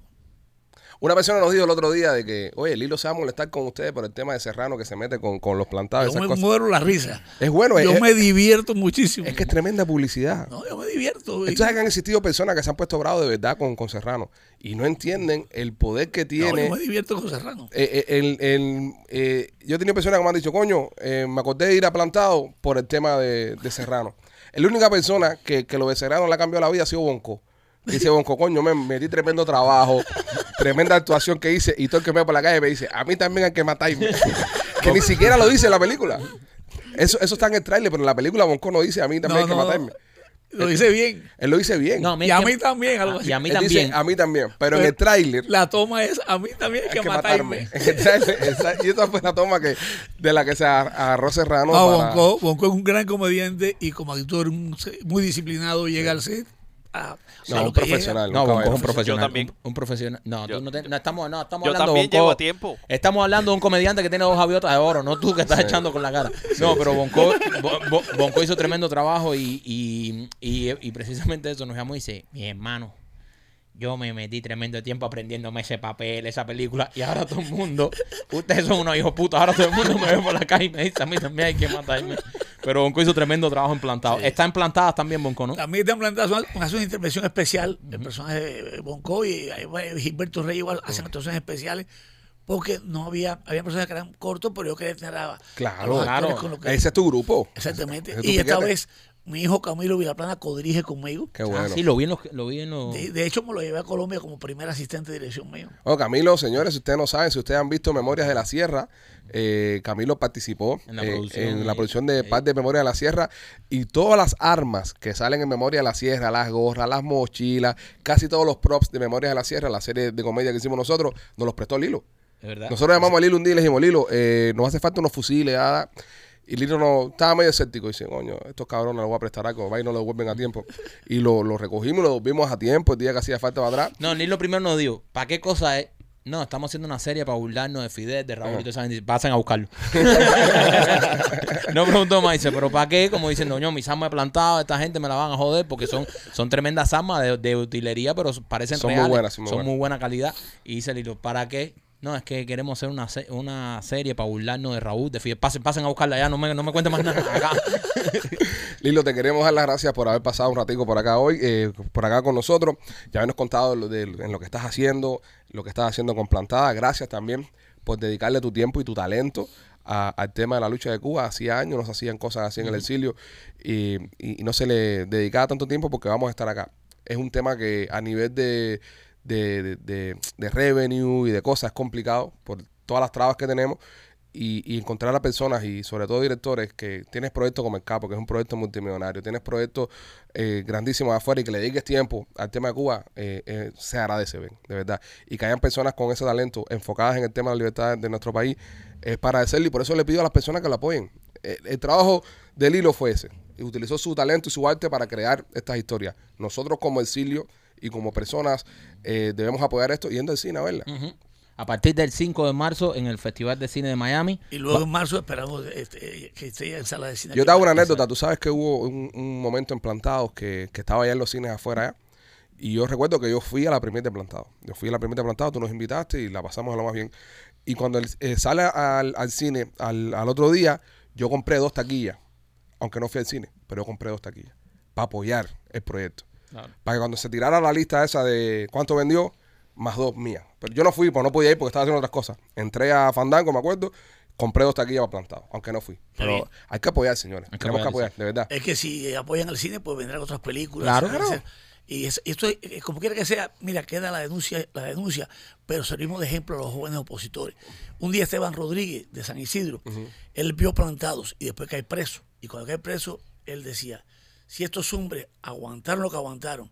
Una persona nos dijo el otro día de que, oye, Lilo se va a molestar con ustedes por el tema de Serrano que se mete con, con los plantados. y Ah, yo Esas me cosas. muero la risa. Es bueno, yo es, me divierto muchísimo. es que es tremenda publicidad. no, yo me divierto. Entonces que han existido personas que se han puesto bravos de verdad con, con Serrano y no entienden el poder que No, tiene. yo me divierto con Serrano. Eh, eh, el- el, eh, yo he tenido personas que me han dicho, coño, eh, me acordé de ir a plantado por el tema de, de Serrano. La única persona que, que lo de Serrano le ha cambiado la vida ha sido Bonco. Dice Bonco, coño, me metí tremendo trabajo, tremenda actuación que hice y todo el que me ve por la calle me dice, a mí también hay que matarme. que ni siquiera lo dice en la película. Eso, eso está en el tráiler, pero en la película Bonco no dice, a mí también No, hay que no, matarme. Lo hice bien. Él lo dice bien. No, a mí, Y a es que- mí también, algo así. Ah, Y a mí Él dice, también. a mí también. Pero en el tráiler La toma es, a mí también hay que, hay que matarme. matarme. En el tráiler, esa- y esa fue la toma que, de la que se a- agarró Serrano. No, Ah, para- Bonco, Bonco Ah, es un gran comediante y como actor un- muy disciplinado llega al set a, No, a un lo que llega. profesional. No, Bonco es caballero. un profesional. Yo también. Un, un profesional. No, Yo- tú no, te- no estamos, no, estamos Yo hablando también Bonco- llego a tiempo. Estamos hablando de un comediante que tiene dos aviotas de oro, no tú que estás echando con la cara. No, pero Bonco, Bo- Bo- Bonco hizo tremendo trabajo y, y, y- y precisamente eso nos llamó y dice, mi hermano, yo me metí tremendo tiempo aprendiéndome ese papel, esa película, y ahora todo el mundo, ustedes son unos hijos putos, ahora todo el mundo me ve por la calle y me dice, a mí también hay que matarme. Pero Bonco hizo tremendo trabajo en Plantado. Está en Plantadas también Bonco, ¿no? También te han planteado hace una, intervención especial, el personaje de Bonco y ahí va Gilberto Rey igual hacen actuaciones especiales porque no había, había personas que eran cortos, pero yo quería tener a, a Claro, los actores claro. con lo que- Ese es tu grupo. Exactamente. ese es tu Y esta piquete. vez mi hijo Camilo Vilaplana codirige conmigo. Qué bueno. Ah, sí, lo vi en los... Lo vi en los- De, de hecho, me lo llevé a Colombia como primer asistente de dirección mío. Bueno, Oh, Camilo, señores, si ustedes no saben, si ustedes han visto Memorias de la Sierra, eh, Camilo participó En la eh, producción, en la eh, producción de eh. Paz de Memorias de la Sierra y todas las armas que salen en Memorias de la Sierra, las gorras, las mochilas, casi todos los props de Memorias de la Sierra, la serie de comedia que hicimos nosotros, nos los prestó Lilo. de verdad. Nosotros llamamos a Lilo un día y le dijimos, Lilo, eh, nos hace falta unos fusiles, ah". Y Lilo no, estaba medio escéptico. Dice, coño, estos cabrones los voy a prestar algo, va y no lo devuelven a tiempo. Y lo, lo recogimos y lo devolvimos a tiempo el día que hacía falta para atrás. No, Nilo primero nos dijo, ¿para qué cosa es? No, estamos haciendo una serie para burlarnos de Fidel, de Raúl y toda esa gente. Pasen a buscarlo. no pregunto más, dice, pero ¿para qué? Como dicen, no, mis armas de plantado, esta gente me la van a joder porque son, son tremendas armas de, de utilería, pero parecen Son muy reales. buenas, son muy buenas. muy buena calidad. Y dice Lilo, ¿para qué? No, es que queremos hacer una, se- una serie para burlarnos de Raúl, de Fidel. Pasen, pasen a buscarla ya, no me, no me cuenten más nada. Acá. Lilo, te queremos dar las gracias por haber pasado un ratico por acá hoy, eh, por acá con nosotros. Ya habernos contado lo de- en lo que estás haciendo, lo que estás haciendo con Plantada. Gracias también por dedicarle tu tiempo y tu talento a- al tema de la lucha de Cuba. Hacía años nos hacían cosas así en el exilio y, y- y no se le dedicaba tanto tiempo porque vamos a estar acá. Es un tema que a nivel de, de, de- de- de revenue y de cosas es complicado por todas las trabas que tenemos y, y encontrar a personas y sobre todo directores que tienes proyectos como el Capo, que es un proyecto multimillonario, tienes proyectos eh, grandísimos afuera y que le dediques tiempo al tema de Cuba, eh, eh, se agradece, ven, de verdad. Y que hayan personas con ese talento enfocadas en el tema de la libertad de nuestro país, es para agradecerle y por eso le pido a las personas que lo apoyen. Eh, El, trabajo de Lilo fue ese. Y utilizó su talento y su arte para crear estas historias. Nosotros como exilio y como personas eh, debemos apoyar esto yendo al cine a verla. Ujú. A partir del 5 de marzo en el Festival de Cine de Miami. Y luego en marzo esperamos este, que esté ya en sala de cine. Yo te hago una anécdota. Tú sabes que hubo un, un momento en Plantados que, que estaba allá en los cines afuera. allá. Y yo recuerdo que yo fui a la primera de Plantados. Yo fui a la primera de Plantados, tú nos invitaste y la pasamos a lo más bien. Y cuando el- eh, sale al, al cine al, al otro día, yo compré dos taquillas. Aunque no fui al cine, pero yo compré dos taquillas. Para apoyar el proyecto. Para que cuando se tirara la lista esa de cuánto vendió, más dos mías. Pero yo no fui, pues no podía ir porque estaba haciendo otras cosas. Entré a Fandango, me acuerdo, compré dos taquillas para Plantados, aunque no fui. Pero bien. hay que apoyar, señores. Hay que Tenemos que apoyar, apoyar, de verdad. Es que si apoyan al cine, pues vendrán otras películas. Claro, ¿sabes? claro. Y es- esto, es- es como quiera que sea, mira, queda la denuncia, la denuncia, pero servimos de ejemplo a los jóvenes opositores. Un día Esteban Rodríguez, de San Isidro, él vio plantados y después cae preso. Y cuando cae preso, él decía, si estos hombres aguantaron lo que aguantaron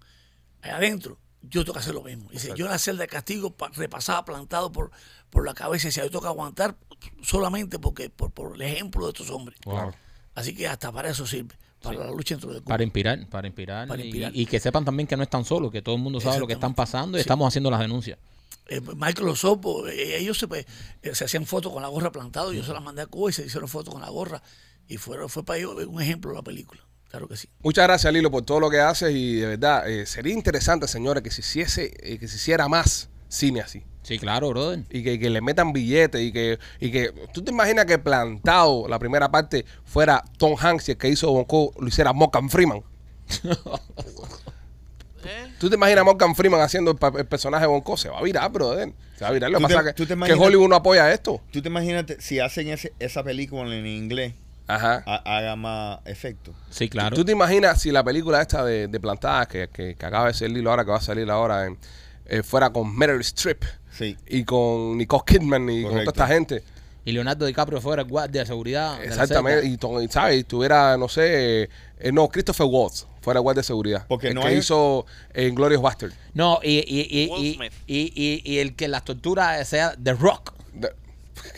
allá adentro, yo tengo que hacer lo mismo. Dice, yo en la celda de castigo pa- repasaba plantado por, por la cabeza y decía, yo tengo que aguantar solamente porque, por, por el ejemplo de estos hombres. Claro. Así que hasta para eso sirve, para la lucha dentro de Cuba. Para inspirar, para inspirar. Para y- inspirar. Y, que sepan también que no están solos, que todo el mundo sabe lo que están Exactamente. pasando y Sí. estamos haciendo las denuncias. Eh, Michael Osopo, eh, ellos se, pues, eh, se hacían fotos con la gorra plantado, yo se las mandé a Cuba y se hicieron fotos con la gorra. Y fueron, fue para ellos un ejemplo de la película. Claro que sí. Muchas gracias, Lilo, por todo lo que haces y de verdad, eh, sería interesante, señores, que se hiciese, eh, que se hiciera más cine así. Sí, claro, brother. Y que, que le metan billetes y que, y que... ¿Tú te imaginas que Plantado, la primera parte, fuera Tom Hanks y el que hizo Bonco, lo hiciera Morgan Freeman? ¿Tú te imaginas a Morgan Freeman haciendo el, pa- el personaje de Bonco? Se va a virar, brother. Se va a virar. Lo que ¿Tú te- pasa es tú que, que te imaginas- Hollywood no apoya esto. Tú te imagínate, si hacen ese- esa película en inglés, Ajá. ha- haga más efecto. Sí, claro. ¿Tú te imaginas si la película esta de, de Plantadas, que, que, que acaba de ser Lilo ahora, que va a salir ahora, en- eh, fuera con Meryl Streep Sí. y con Nicole Kidman y con toda Correcto. esta gente? Y Leonardo DiCaprio fuera el guardia de seguridad. de la Exactamente, celda. y, to- y, ¿sabes? Y tuviera, no sé, eh, no, Christopher Waltz fuera guardia de seguridad. Porque el no que hay- hizo en Glorious Bastard. No, y, y, y, Will y, Smith. y, y- y el que las torturas sea The Rock. De-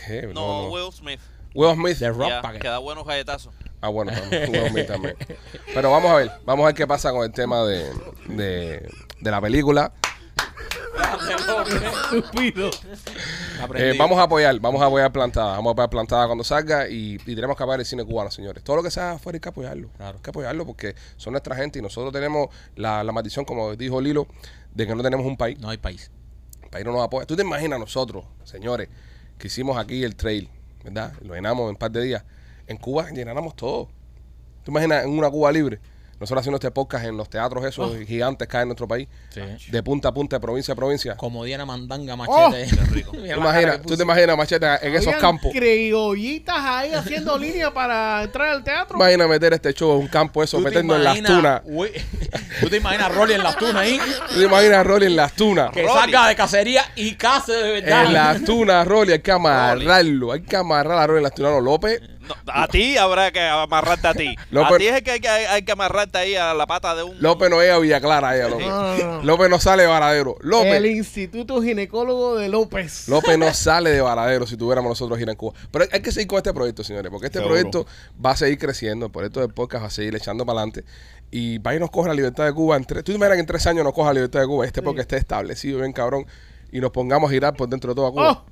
¿Qué? No, No, no. Will. Will Smith. Smith. The Rock, Ya, para que. queda buenos galletazos. Ah, bueno, también. Will Smith también. Pero vamos a ver, vamos a ver qué pasa con el tema de, de, de la película. Eh, vamos a apoyar, vamos a apoyar plantada, vamos a apoyar plantada cuando salga y, y tenemos que apoyar el cine cubano, señores. Todo lo que sea afuera hay que apoyarlo. Hay que apoyarlo porque son nuestra gente y nosotros tenemos la, la maldición, como dijo Lilo, de que no tenemos un país. No hay país. El país no nos apoya. ¿Tú te imaginas nosotros, señores, que hicimos aquí el trail, ¿verdad? Lo llenamos en un par de días. En Cuba llenáramos todo. ¿Tú imaginas en una Cuba libre? Nosotros haciendo este podcast en los teatros esos gigantes que hay en nuestro país, Sí. de punta a punta, de provincia a provincia. Como Diana Oh. Mandanga Machete. ¿Tú, imaginas- tú te imaginas, Machete, en esos Habían campos? Criollitas ahí haciendo línea para entrar al teatro. Imagina meter este show en un campo eso, ¿Tú te meternos en las tunas. imaginas- Uy, ¿Tú te imaginas a Rolly en las tunas ahí? ¿Tú te imaginas a Rolly en las tunas? Que Rolly. salga de cacería y case de verdad. En las tunas, Rolly, hay que amarrarlo. Hay que amarrar a Rolly en las tunas. No, López, No, a ti habrá que amarrarte a ti. No, a pero- ti es el que hay, que hay que amarrarte ahí a la pata de un. López no es a Villa Clara, ella, López. No, no, no. López no sale de Varadero. El López, Instituto Ginecólogo de López. López no sale de Varadero si tuviéramos nosotros gira en Cuba. Pero hay que seguir con este proyecto, señores, porque este Seguro. proyecto va a seguir creciendo. El proyecto del podcast va a seguir echando para adelante. Y va y nos coge la libertad de Cuba. En tres, tú te imaginas que en tres años nos coja la libertad de Cuba. Este podcast esté establecido, bien cabrón. y nos pongamos a girar por dentro de toda Cuba. ¡Oh!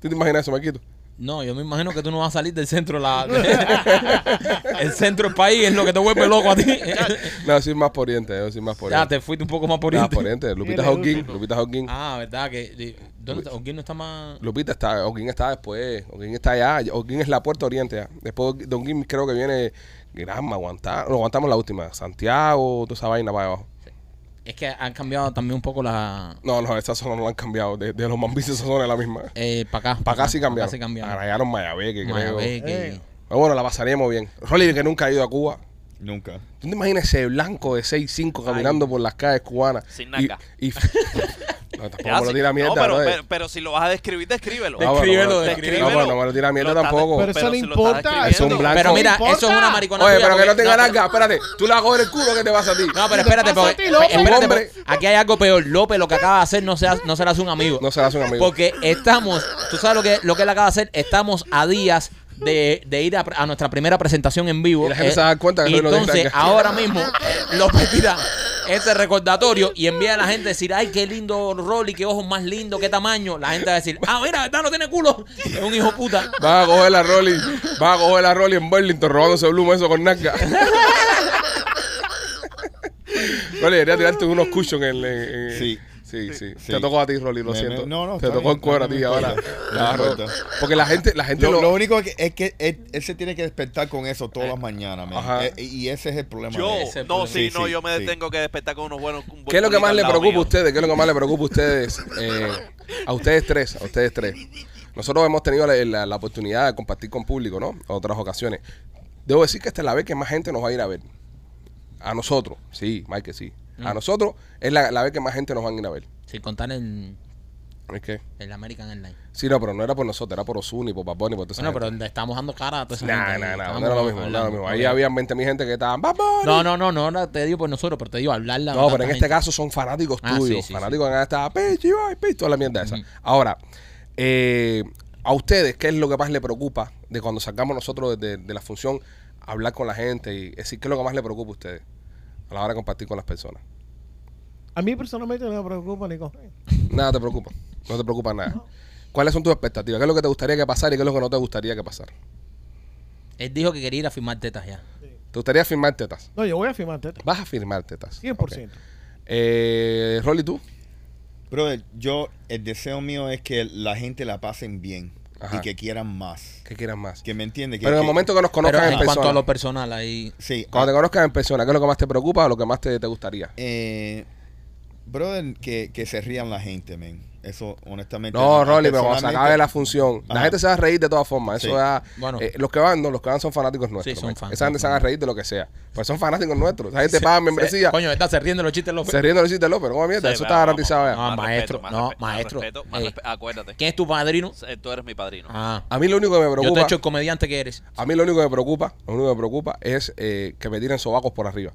¿Tú te imaginas eso, Marquito? No, yo me imagino que tú no vas a salir del centro. de La, de- el centro del país es lo que te vuelve loco a ti. No, yo soy más por oriente, yo soy más por ya, oriente. te fuiste un poco más por Más oriente. por oriente. Lupita Sí, le Hawking, gusta. Lupita Hawking. Ah, verdad que... de- ¿Dónde Pues. está? ¿Oquín no está más...? Lupita está, Oquín está después, Oquín está allá, Oquín es la puerta oriente ya. Después de Oquín creo que viene Granma, aguantar, no, aguantamos la última, Santiago, toda esa vaina para abajo. Es que han cambiado también un poco la... No, no, esa zona no la han cambiado, de, de los mambis esa zona es la misma. Eh, para acá. Para acá sí cambiaron. Para acá sí cambiaron. Agregaron Mayabeque, creo. Mayabeque. Eh. Pero bueno, la pasaremos bien. Rolly, que nunca ha ido a Cuba. Nunca. ¿Tú te imaginas ese blanco de 6'5 caminando por las calles cubanas? Sin Y- naca. Y, no, tampoco Ya, me lo sí. tira mierda, no, pero, brother. pero, pero si lo vas a describir, descríbelo. Ah, bueno, Descríbelo, bueno, descríbelo. No, pero no me lo tira mierda Lo estás- tampoco. Pero eso Pero no si lo estás importa. Es un blanco. Pero mira, No importa. eso es una maricona. Oye, tuya, pero que porque- no tenga pero- naca. Espérate, tú la coges el culo que te vas a ti. No, pero espérate, pasa a porque, ti, López? espérate, Un hombre- porque aquí hay algo peor. López lo que acaba de hacer no se, ha- no se le hace un amigo. No se la hace un amigo. Porque estamos, tú sabes lo que, lo que él acaba de hacer, estamos a días de, de ir a, a nuestra primera presentación en vivo. eh, Y la gente se va a dar cuenta que y no lo dicen Entonces, acá. ahora mismo, eh, López tira este recordatorio y envía a la gente a decir, ay, qué lindo Rolly, qué ojos más lindo, qué tamaño. La gente va a decir, ah, mira, ¿verdad? No tiene culo. Es un hijo puta. Vas a coger la Rolly, vas a coger la Rolly en Burlington robándose Bloom eso con naca. Rolly, debería tirarte unos cushions en, en- en- Sí. Sí, sí, Sí. Te tocó a ti, Rolly, lo Me- siento. me- no, no, Te está tocó el bien, cuero no, a ti no ahora. importa. No La ro- importa. Porque la gente, la gente Lo, lo, lo único que, es que él, él se tiene que despertar con eso todas las mañanas, man. Ajá. Eh, y ese es el problema. Yo, de él. Ese no, problema. sí, Sí, no, sí, yo me sí. tengo que despertar con unos buenos. un buen ¿Qué es lo que culito más al le lado preocupa a mío. ustedes? ¿Qué es lo que más le preocupa a ustedes? eh, a ustedes tres, a ustedes tres. Nosotros hemos tenido la, la- la oportunidad de compartir con público, ¿no? Otras ocasiones. Debo decir que esta es la vez que más gente nos va a ir a ver. A nosotros, sí, Mike, sí. Mm. A nosotros es la, la vez que más gente nos van a ir a ver. Sin contar el, ¿Es que? el American Airlines. Sí, no, pero no era por nosotros, era por Ozuni, por Bad Bunny, por toda esa Bueno, pero gente. le estamos dando cara a toda esa Nah, gente. nah, nah, Estamos no era lo mismo, no era lo hablando. mismo. Ok. Ahí habían 20.000 gente que estaban, ¡Bad Bunny! No, no, no, no, no, te digo por nosotros, pero te digo hablarla. No, pero en este caso son fanáticos Ah, tuyos. sí, sí, fanáticos que van a estar, "Pichi, ay, pichi", toda la mierda esa. Ujú. Ahora, eh, a ustedes, ¿qué es lo que más les preocupa de cuando sacamos nosotros de, de la función hablar con la gente? y es decir, ¿qué es lo que más les preocupa a ustedes a la hora de compartir con las personas? A mí personalmente no me preocupa ni con. Nada te preocupa, no te preocupa nada. ¿Cuáles son tus expectativas? ¿Qué es lo que te gustaría que pasara y qué es lo que no te gustaría que pasara? Él dijo que quería ir a firmar tetas ya. ¿Te gustaría firmar tetas? No, yo voy a firmar teta. Vas a firmar tetas. 100%. Ok. Eh, Rolly, ¿tú? Brother, yo, el deseo mío es que la gente la pasen bien Ajá. y que quieran más. ¿Qué quieras más? Que me entiende. Que, Pero en el que- momento que nos Pero conozcan en en cuanto a persona. lo personal, ahí. Sí. ah, Cuando te conozcas en persona, ¿qué es lo que más te preocupa o lo que más te, te gustaría? Eh, brother, que, que se rían la gente, men. Eso, honestamente. No, a- Rolly, pero cuando se personalmente- acabe la función, la Ajá. gente se va a reír de todas formas. Eso Sí. ya- Bueno. eh, los que van, no, los que van son fanáticos nuestros. son Mike. fans, Esa gente se son va a fans. reír de lo que sea. Pues son fanáticos nuestros. La gente paga membresía. Se- Coño, está se riendo los chistes los. Se ríen de los chistes, López. ¿Cómo mierda? Sí, Eso pero está vamos, garantizado ya. Ah, más maestro, respeto, más no, respeto, más maestro. respeto, más Ey. respe- acuérdate. ¿Quién es tu padrino? Eh, Tú eres mi padrino. Ah. A mí lo único que me Yo te he preocupa. hecho el comediante que eres. A mí lo único que me preocupa, lo único que me preocupa es eh, que me tiren sobacos por arriba.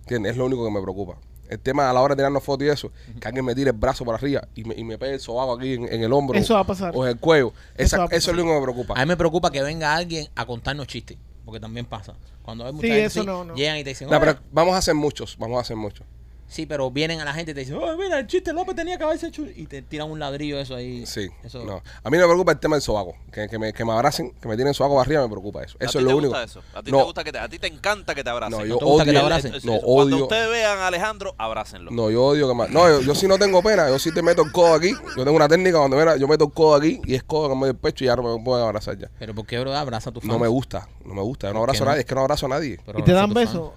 ¿Entiendes? Es lo único que me preocupa. El tema a la hora de tirarnos fotos y eso, que alguien me tire el brazo por arriba y me, y me pegue el sobaco aquí en, en el hombro. Eso va a pasar. O en el cuello. Esa- Eso va Eso, a es lo único que me preocupa. A mí me preocupa que venga alguien a contarnos chistes. Porque también pasa. Cuando hay mucha Sí, gente, eso no, no. llegan y te dicen, No, pero eh. "Oye". vamos a hacer muchos, vamos a hacer muchos. sí, pero vienen a la gente y te dicen, oh, mira, el chiste López tenía que haberse hecho. Y te tiran un ladrillo eso ahí. Sí. Eso. no. A mí no me preocupa el tema del sobaco. Que, que me, que me abracen, que me tienen sobaco arriba, me preocupa eso. Eso ¿A es ti lo te único. Gusta eso? ¿A ti no, te gusta que te, a ti te encanta que te abracen? no, ¿A yo ti te gusta que odio. te te- abracen? eh, No, eso? Cuando odio. ustedes vean a Alejandro, abrácenlo. No, yo odio que me- No, yo, yo sí no tengo pena. Yo sí te meto el codo aquí. Yo tengo una técnica donde mira, yo meto el codo aquí y es codo en medio del pecho y ya no me pueden abrazar ya. Pero ¿por qué, bro? Abraza a tu No me gusta, no me gusta. Yo no abrazo qué a no? nadie, es que no abrazo a nadie. ¿Y te dan besos?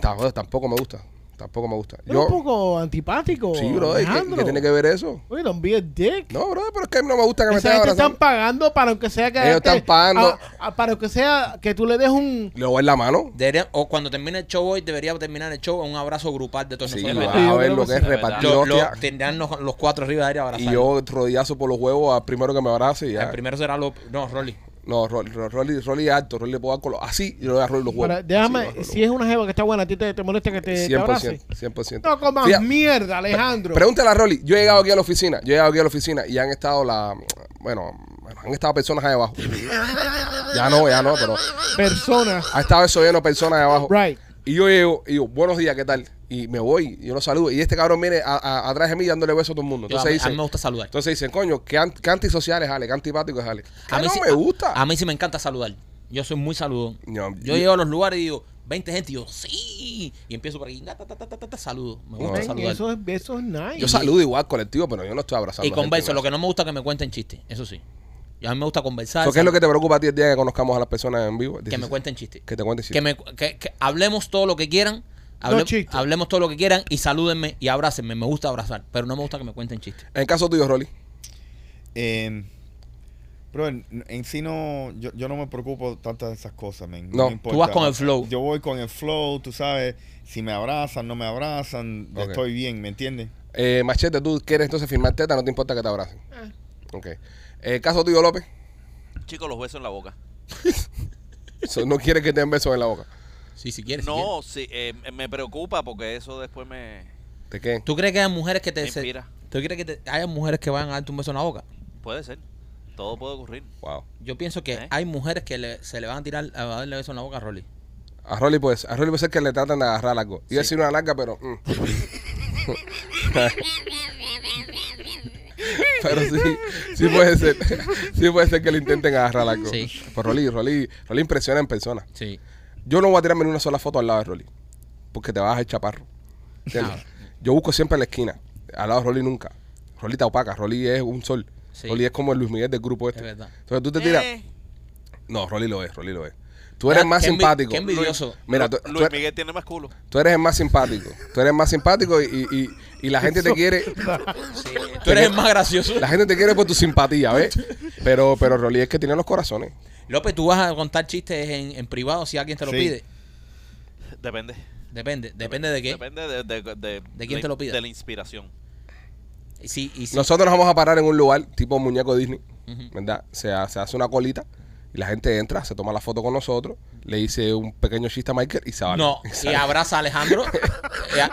Tampoco, tampoco me gusta. Tampoco me gusta. Pero Yo, un poco antipático. sí, bro, ¿y ¿qué, Alejandro. qué tiene que ver eso? Oye, don't be a dick. No, bro, pero es que no me gusta que me Esa estén gente abrazando. están pagando para que sea que. Ellos están pagando. a- a- para que sea que tú le des un. Le voy en la mano. Debería- o cuando termine el show hoy, debería terminar el show en un abrazo grupal de todos Sí, nosotros. vas Sí, a yo ver creo lo que que sí. es Es verdad. repartir Lo, lo- hostia. tendrán los, los cuatro arriba de aire Y abrazando. yo rodillazo por los huevos al primero que me abrace y ya. El primero será López. No, Rolly. No, Rolly, Rolly, Rolly es alto, Rolly le puedo dar con los- Así yo le voy a Rolly los huevos. para- Sí, le déjame, voy a Rolly los si es una jeva que está buena, a ti te, te molesta que te, te huevos. abrace. 100%, 100%. No comas Fija- mierda, Alejandro. Pregúntale a Rolly, yo he llegado aquí a la oficina, yo he llegado aquí a la oficina y han estado la, bueno, bueno, han estado personas ahí abajo. ya no, ya no, pero Persona. ha estado eso lleno de personas ahí abajo. Right. Y yo llego y digo, buenos días, ¿qué tal? y me voy, yo lo saludo. Y este cabrón viene a- a- atrás de mí dándole besos a todo el mundo. Yo, a, Entonces mí- a dicen, mí me gusta saludar. entonces dicen, coño, qué, an- qué antisocial es Ale, qué antipático es Ale. Que a mí no sí- me a- gusta. A, mí sí me encanta saludar. Yo soy muy saludón. No, yo yo- llego a los lugares y digo, 20 gente, y yo, sí. Y empiezo por aquí, ta, ta, ta, ta, ta, ta, saludo. Me gusta Ven, Ven, saludar. eso, es, eso es nice. yo saludo igual colectivo, pero yo no estoy abrazando. y converso. Lo que no me gusta es que me cuenten chistes. Eso sí. Y a mí me gusta conversar. ¿Qué es lo que te preocupa a ti el día que conozcamos a las personas en vivo? Que me cuenten chistes. Que te cuenten Que, chistes. me, que, que hablemos todo lo que quieran. hable- No chistes. hablemos todo lo que quieran y salúdenme y abrácenme. Me gusta abrazar, pero no me gusta que me cuenten chistes. En el caso tuyo, Rolly. Eh, bro, en, en sí no, yo, yo no me preocupo tantas de esas cosas, men. No, me tú importa. vas con el flow. Yo voy con el flow, tú sabes, si me abrazan, no me abrazan, Ok. estoy bien, ¿me entiendes? Eh, machete, tú quieres entonces firmar teta, no te importa que te abracen. Ok. Eh, caso tuyo, López. Chicos, los besos en la boca. So, no quieres que te den besos en la boca. Sí, si quieres. si quieres. No, sí, eh, me preocupa porque eso después me... ¿De qué? ¿Tú crees que hay mujeres que te... Me se- inspira. ¿Tú crees que te- hay mujeres que van a darte un beso en la boca? Puede ser. Todo puede ocurrir. Wow. Yo pienso que ¿Eh? hay mujeres que le- se le van a tirar a darle beso en la boca a Rolly. A Rolly, pues, a Rolly puede ser que le tratan de agarrar algo. Iba a decir una larga, pero. mm. pero sí, sí puede ser. sí puede ser que le intenten agarrar algo. Sí. Pero Rolly, Rolly, Rolly impresiona en persona. Sí. Yo no voy a tirarme ni una sola foto al lado de Rolly. Porque te vas a chaparro. ¿Entiendes? Yo busco siempre en la esquina. Al lado de Rolly nunca. Rolly te opaca. Rolly es un sol. Sí. Rolly es como el Luis Miguel del grupo este. Es verdad. Entonces tú te tiras. Eh, No, Rolly lo es, Rolly lo es. Tú eres Ya, más Ah, qué envi- simpático. qué envidioso. Mira, tú, Lu- tú Luis eres- Miguel tiene más culo. tú eres el más simpático. Tú eres el más simpático y, y- y- y la gente te quiere. Tú eres el más gracioso. La gente te quiere por tu simpatía, ¿ves? Pero, pero Rolly es que tiene los corazones. López, tú vas a contar chistes en, en privado si alguien te lo Sí. pide. Depende. Depende, depende de qué. Depende de, de, de- ¿De quién te lo pida? De la inspiración. Sí, y sí. Nosotros nos vamos a parar en un lugar tipo muñeco Disney, ¿verdad? Se, ha- se hace una colita y la gente entra, se toma la foto con nosotros, le dice un pequeño chiste a Michael y se va. No, Y y sale. abraza a Alejandro. Y a-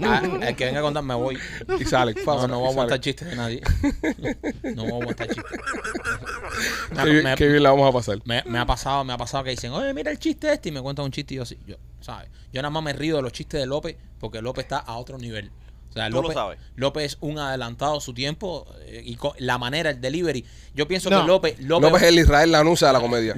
no, a- el que venga a contar me voy. Y sale. No, Fácil, no y voy a aguantar sale. chistes de nadie. No voy a aguantar chistes. Me, Qué, bien- me- qué bien la vamos a pasar. me- me ha pasado, me ha pasado que dicen, oye, mira el chiste este y me cuentan un chiste y yo así, yo, ¿sabes? Yo nada más me río de los chistes de López porque López está a otro nivel. O sea, Tú lo López, sabes. López es un adelantado a su tiempo eh, y co- la manera, el delivery. Yo pienso No. que López, López, López es el Israel Lanusa de la comedia.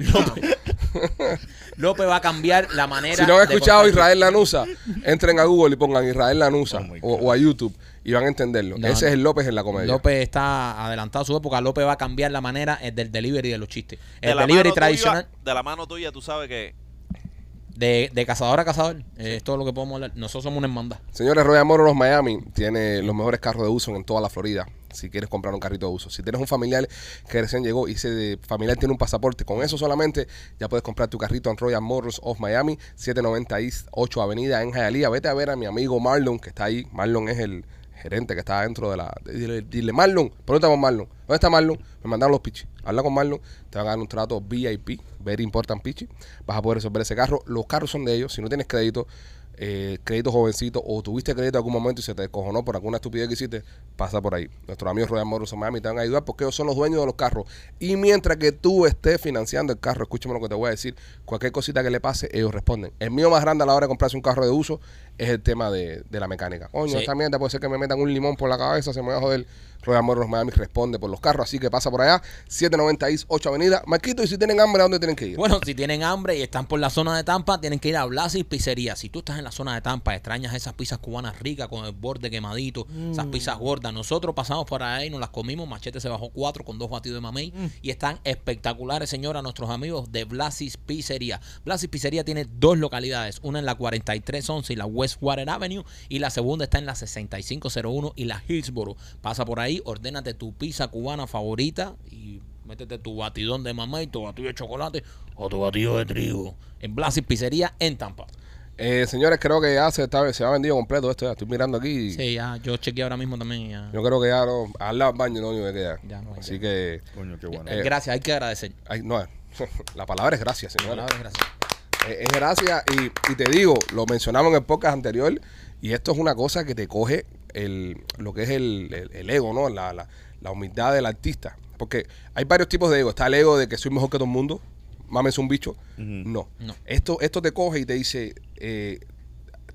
López va a cambiar la manera. Si no han de escuchado contar Israel Lanusa, entren a Google y pongan Israel Lanusa Oh my o, o a YouTube y van a entenderlo. No, Ese no. es el López en la comedia. López está adelantado a su época. López va a cambiar la manera eh, del delivery de los chistes. De El la delivery mano tradicional tuya- de la mano tuya, tú sabes que de, de cazador a cazador. eh, es todo lo que podemos hablar. Nosotros somos una hermandad. Señores, Royal Motors of Miami tiene los mejores carros de uso en toda la Florida. Si quieres comprar un carrito de uso, si tienes un familiar que recién llegó y ese familiar tiene un pasaporte, con eso solamente ya puedes comprar tu carrito en Royal Motors of Miami, 798 Avenida en Hialeah. Vete a ver a mi amigo Marlon que está ahí. Marlon es el gerente que está dentro de la. Dile, dile, Marlon, pregunta por Marlon. ¿Dónde está Marlon? Me mandaron los pichis. Habla con Marlon, te van a dar un trato VIP, very important pichi. Vas a poder resolver ese carro. Los carros son de ellos. Si no tienes crédito, eh, crédito jovencito o tuviste crédito en algún momento y se te descojonó por alguna estupidez que hiciste, pasa por ahí. Nuestros amigos Royal Motors of Miami te van a ayudar porque ellos son los dueños de los carros. Y mientras que tú estés financiando el carro, escúchame lo que te voy a decir, cualquier cosita que le pase, ellos responden. El mío más grande a la hora de comprarse un carro de uso es el tema de, de la mecánica. Coño, Sí. esta mierda puede ser que me metan un limón por la cabeza, se me va a joder. Royal Motors of Miami responde por los carros, así que pasa por allá, 798 Avenida. Marquito, y si tienen hambre, ¿a dónde tienen que ir? Bueno, si tienen hambre y están por la zona de Tampa, tienen que ir a Blasis Pizzería. Si tú estás en la zona de Tampa, extrañas esas pizzas cubanas ricas con el borde quemadito, esas pizzas gordas. Nosotros pasamos por ahí, nos las comimos. Machete se bajó cuatro con dos batidos de mamey y están espectaculares, señora, nuestros amigos de Blasis Pizzería. Blasis Pizzería tiene dos localidades, una en la 4311 y la Westwater Avenue y la segunda está en la 6501 y la Hillsboro. Pasa por ahí, ordénate tu pizza cubana favorita y Métete tu batidón de mamá y tu batido de chocolate o tu batido de trigo. En Blasis Pizzería en Tampa. Eh, señores, creo que ya se, está, se ha vendido completo esto. Ya. Estoy mirando aquí. y- Sí, ya, yo chequeé ahora mismo también. y ya. Yo creo que ya no, al lado del baño no hay que quedar. Ya no hay Así que, Coño, qué bueno. Eh, gracias, hay que agradecer. ay, no, la palabra es gracias, señora. Palabras, gracias. Es, es gracias y, y te digo, lo mencionamos en el podcast anterior y esto es una cosa que te coge el, lo que es el, el- el ego, ¿no? La, la- la humildad del artista. Porque hay varios tipos de ego. Está el ego de que soy mejor que todo el mundo, mames un bicho. No. No. Esto, esto te coge y te dice, eh,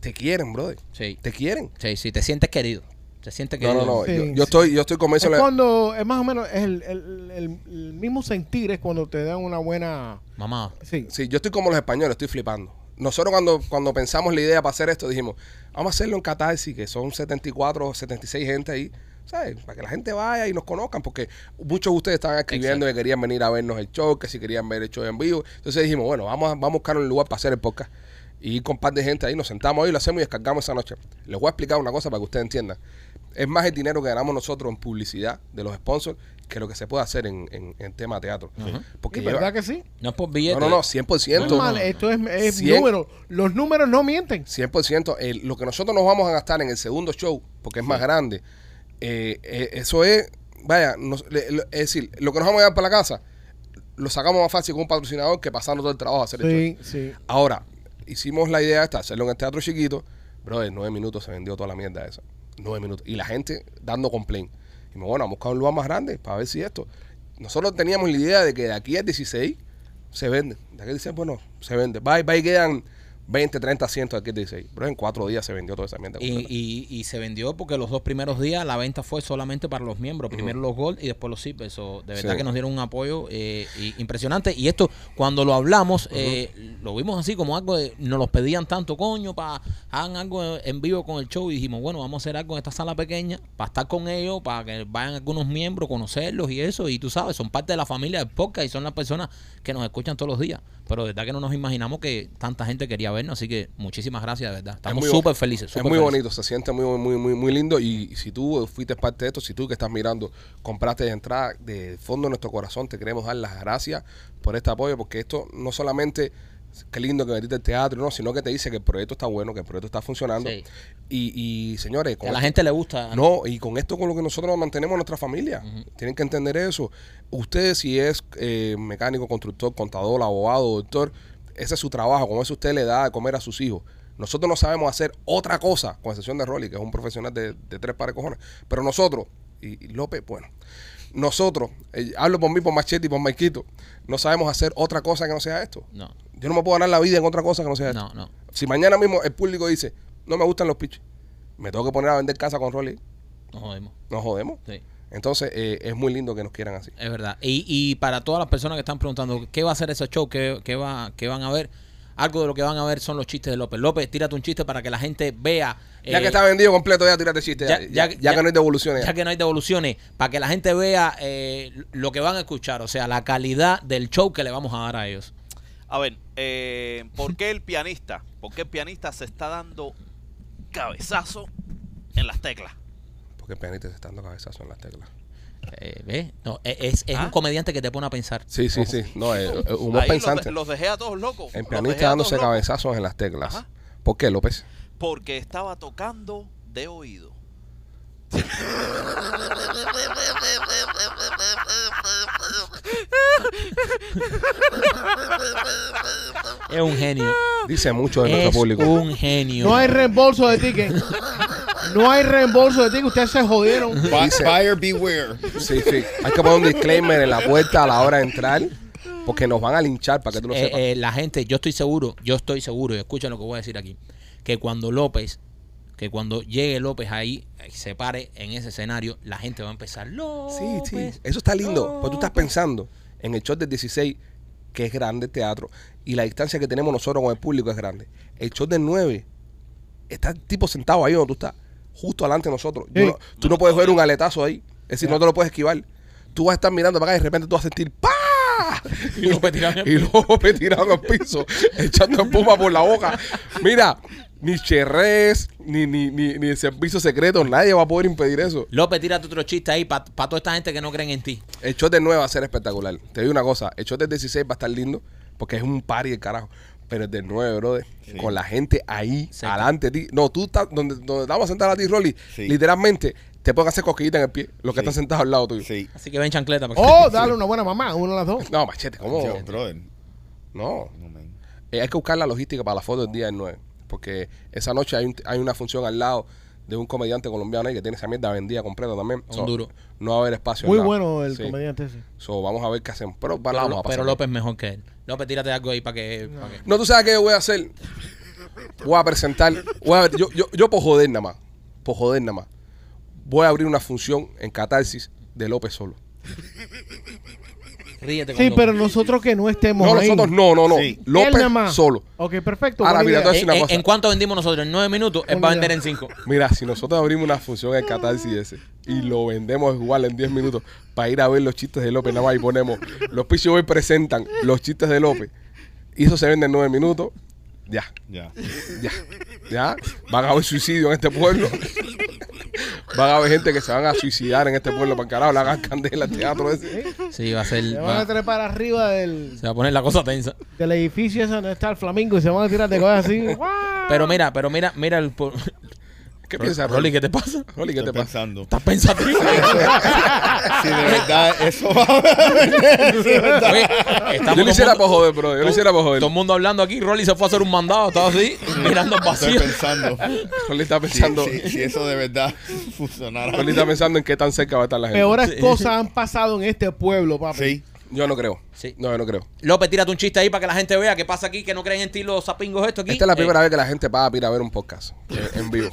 te quieren, brother. Sí. Te quieren. Sí, sí, te sientes querido. Te sientes No, querido. no, no. Sí, yo, sí. yo estoy, yo estoy Es convencido. de la- cuando, es más o menos, es el, el- el- el mismo sentir es cuando te dan una buena... Mamá. Sí, Sí, yo estoy como los españoles, estoy flipando. Nosotros cuando, cuando pensamos la idea para hacer esto, dijimos, vamos a hacerlo en Catarsis, que son 74 o 76 gente ahí, ¿sabes? Para que la gente vaya y nos conozcan, porque muchos de ustedes estaban escribiendo que querían venir a vernos el show, que si querían ver el show en vivo. Entonces dijimos, bueno, vamos a, vamos a buscar un lugar para hacer el podcast. Y ir con un par de gente ahí, nos sentamos ahí, lo hacemos y descargamos esa noche. Les voy a explicar una cosa para que ustedes entiendan. Es más el dinero que ganamos nosotros en publicidad de los sponsors que lo que se puede hacer en, en- en tema teatro. Porque Sí, lleva- ¿verdad que sí? No es por billete. no, no, no, 100%. No, mal, eh. esto es, es Cien. número. Los números no mienten. 100%. el- lo que nosotros nos vamos a gastar en el segundo show, porque es más grande, eh, eh, eso es, vaya, nos- le- lo- es decir, lo que nos vamos a llevar para la casa, lo sacamos más fácil con un patrocinador que pasando todo el trabajo a hacer el show. Sí, sí. Ahora, hicimos la idea esta, hacerlo en el teatro chiquito, pero en nueve minutos se vendió toda la mierda esa. Nueve minutos. Y la gente dando complaint. Y me bueno, vamos a buscar un lugar más grande para ver si esto. Nosotros teníamos la idea de que de aquí al 16 se vende. De aquí al 16, bueno, se vende. Bye, bye, quedan 20, 30 cientos de aquí al 16. Pero en cuatro días se vendió toda esa mierda. Y, y- y se vendió porque los dos primeros días la venta fue solamente para los miembros. Primero los Gold y después los Zip. Eso, de verdad Sí. que nos dieron un apoyo eh, y- impresionante. Y esto, cuando lo hablamos, eh, lo vimos así como algo de. Nos los pedían tanto, coño, para hagan algo en vivo con el show. Y dijimos, bueno, vamos a hacer algo en esta sala pequeña para estar con ellos, para que vayan algunos miembros, conocerlos y eso. Y tú sabes, son parte de la familia del podcast y son las personas que nos escuchan todos los días. Pero de verdad que no nos imaginamos que tanta gente quería vernos. Así que muchísimas gracias, de verdad. Estamos muy bo- súper felices. es súper muy felices. bonito, se siente muy, muy, muy, muy lindo. Y si tú fuiste parte de esto, si tú que estás mirando, compraste de entrada, de fondo de nuestro corazón, te queremos dar las gracias por este apoyo, porque esto no solamente qué lindo que metiste el teatro, no, sino que te dice que el proyecto está bueno, que el proyecto está funcionando. Sí. Y, y señores, con a la esto- gente le gusta. no, y con esto con lo que nosotros mantenemos a nuestra familia. Tienen que entender eso. Usted si es eh, mecánico, constructor, contador, abogado, doctor, ese es su trabajo, como eso usted le da de comer a sus hijos. Nosotros no sabemos hacer otra cosa, con excepción de Rolly, que es un profesional de, de tres pares de cojones. Pero nosotros, y, y López, bueno, nosotros, eh, hablo por mí, por Machete y por Marquito, no sabemos hacer otra cosa que no sea esto. No, Yo no me puedo ganar la vida en otra cosa que no sea esto. no, no. Si mañana mismo el público dice, no me gustan los pitches, me tengo que poner a vender casa con Rolly Nos jodemos. nos jodemos. Sí, Entonces, eh, es muy lindo que nos quieran así. es verdad. Y, y para todas las personas que están preguntando, ¿qué va a ser ese show? ¿Qué, qué va, qué van a ver? Algo de lo que van a ver son los chistes de López. López, tírate un chiste para que la gente vea. Ya eh, que está vendido completo, ya tírate chiste. Ya, ya- ya que no hay devoluciones. Ya que no hay devoluciones. Para que la gente vea eh, lo que van a escuchar. O sea, la calidad del show que le vamos a dar a ellos. A ver, eh, ¿por qué el pianista? ¿Por qué el pianista se está dando cabezazo en las teclas? Porque el pianista se está dando cabezazo en las teclas. Eh, ¿ves? No, es es ¿Ah? un comediante que te pone a pensar. Sí, sí, sí. No, eh, eh, humor Ahí los pensante. de- Los, dejé a todos locos. el los dejé pianista a dándose todos locos cabezazos en las teclas. Ajá. ¿Por qué, López? Porque estaba tocando de oído. Es un genio. Dice mucho de Es nuestro público. un genio. No hay reembolso de ticket. No hay reembolso de ticket. Ustedes se jodieron. Bu- Dice- Buyer beware. Sí, sí. Hay que poner un disclaimer en la puerta a la hora de entrar. Porque nos van a linchar para que tú lo Eh, sepas. eh, la gente, yo estoy seguro, yo estoy seguro, y escuchen lo que voy a decir aquí, que cuando López, que cuando llegue López ahí, eh, se pare en ese escenario, la gente va a empezar, Sí, López. sí. Eso está lindo. Porque tú estás López". pensando en el show del 16, que es grande el teatro, y la distancia que tenemos nosotros con el público es grande. El show del 9, está el tipo sentado ahí donde tú estás, justo delante de nosotros. Yo Sí. no- tú no puedes ver un aletazo ahí. Es decir, no te lo puedes esquivar. Tú vas a estar mirando para acá y de repente tú vas a sentir ¡pa! Y luego me tirado al piso, echando espuma por la boca. Mira, ni Cherrés, ni, ni, ni, ni el servicio secreto, nadie va a poder impedir eso. López, tírate otro chiste ahí para toda esta gente que no creen en ti. El show del 9 va a ser espectacular. Te digo una cosa, el show del 16 va a estar lindo porque es un party de carajo. Pero el del 9, brother, con la gente ahí, Sí. adelante de ti. No, tú estás donde, donde te vamos a sentar a ti, Rolly. Sí. Literalmente, te pueden hacer cosquillita en el pie, los que Sí. están sentados al lado tuyo. Sí. Así que ven chancleta. para que- Oh, dale una buena mamá. Una de las dos. No, machete, ¿cómo? Yo, brother. No. No, man. Eh, hay que buscar la logística para la foto del día del 9. Porque esa noche hay, un- hay una función al lado de un comediante colombiano ahí que tiene esa mierda vendida completa también. Un duro. No va a haber espacio. al Muy lado. bueno el Sí. comediante ese. So, vamos a ver qué hacen. Pero, la Pero, vamos a Lo- pero pasar bien. López mejor que él. López, tírate algo ahí para que... pa' que- No, tú sabes qué yo voy a hacer. voy a presentar, voy a- yo, yo, yo por joder nada más, por joder nada más, voy a abrir una función en Catarsis de López Solo. Ríete con Sí, López. pero nosotros que no estemos No, ahí. nosotros no, no, no. Sí. Él nada López más. Solo. Ok, perfecto. Ahora, mira, buena idea. te voy a decir En, una Eh, en- cosa. en cuánto vendimos nosotros? ¿En nueve minutos? Él va a Una- vender en cinco. Mira, si nosotros abrimos una función en Catarsis ese y lo vendemos igual en 10 minutos para ir a ver los chistes de López, nada más y ponemos, los Pichos hoy presentan los chistes de López y eso se vende en 9 minutos, ya, Ya. ya, ya, van a haber suicidio en este pueblo. Van a haber gente que se van a suicidar en este pueblo para carajo, le hagan candela al teatro ¿Eh? ese. Sí, va a ser. Se van va- a trepar arriba del, se va a poner la cosa tensa. del edificio ese donde está el flamingo y se van a tirar de cosas así. Pero mira, pero mira, mira el. po- ¿Qué piensas, Rolly, Rolly? ¿qué te pasa? Rolly, ¿qué Estoy te pasa? pensando. Estás pensativo. Si de verdad eso va a Si de verdad. Oye, Yo estamos lo hiciera todo por el mundo- joder, bro. Yo lo hiciera por Todo el joder. mundo hablando aquí. Rolly se fue a hacer un mandado. Estaba así, mirando al Estoy vacío. pensando. Rolly está Si, pensando, si- si eso de verdad funcionara. Rolly está pensando en qué tan cerca va a estar la gente. Peores cosas han pasado en este pueblo, papi. Sí. Yo no creo. Sí. No, yo no creo. López, tírate un chiste ahí para que la gente vea qué pasa aquí, que no creen en ti los sapingos estos aquí. Esta es la Eh, primera vez que la gente va a ir a ver un podcast eh, en vivo.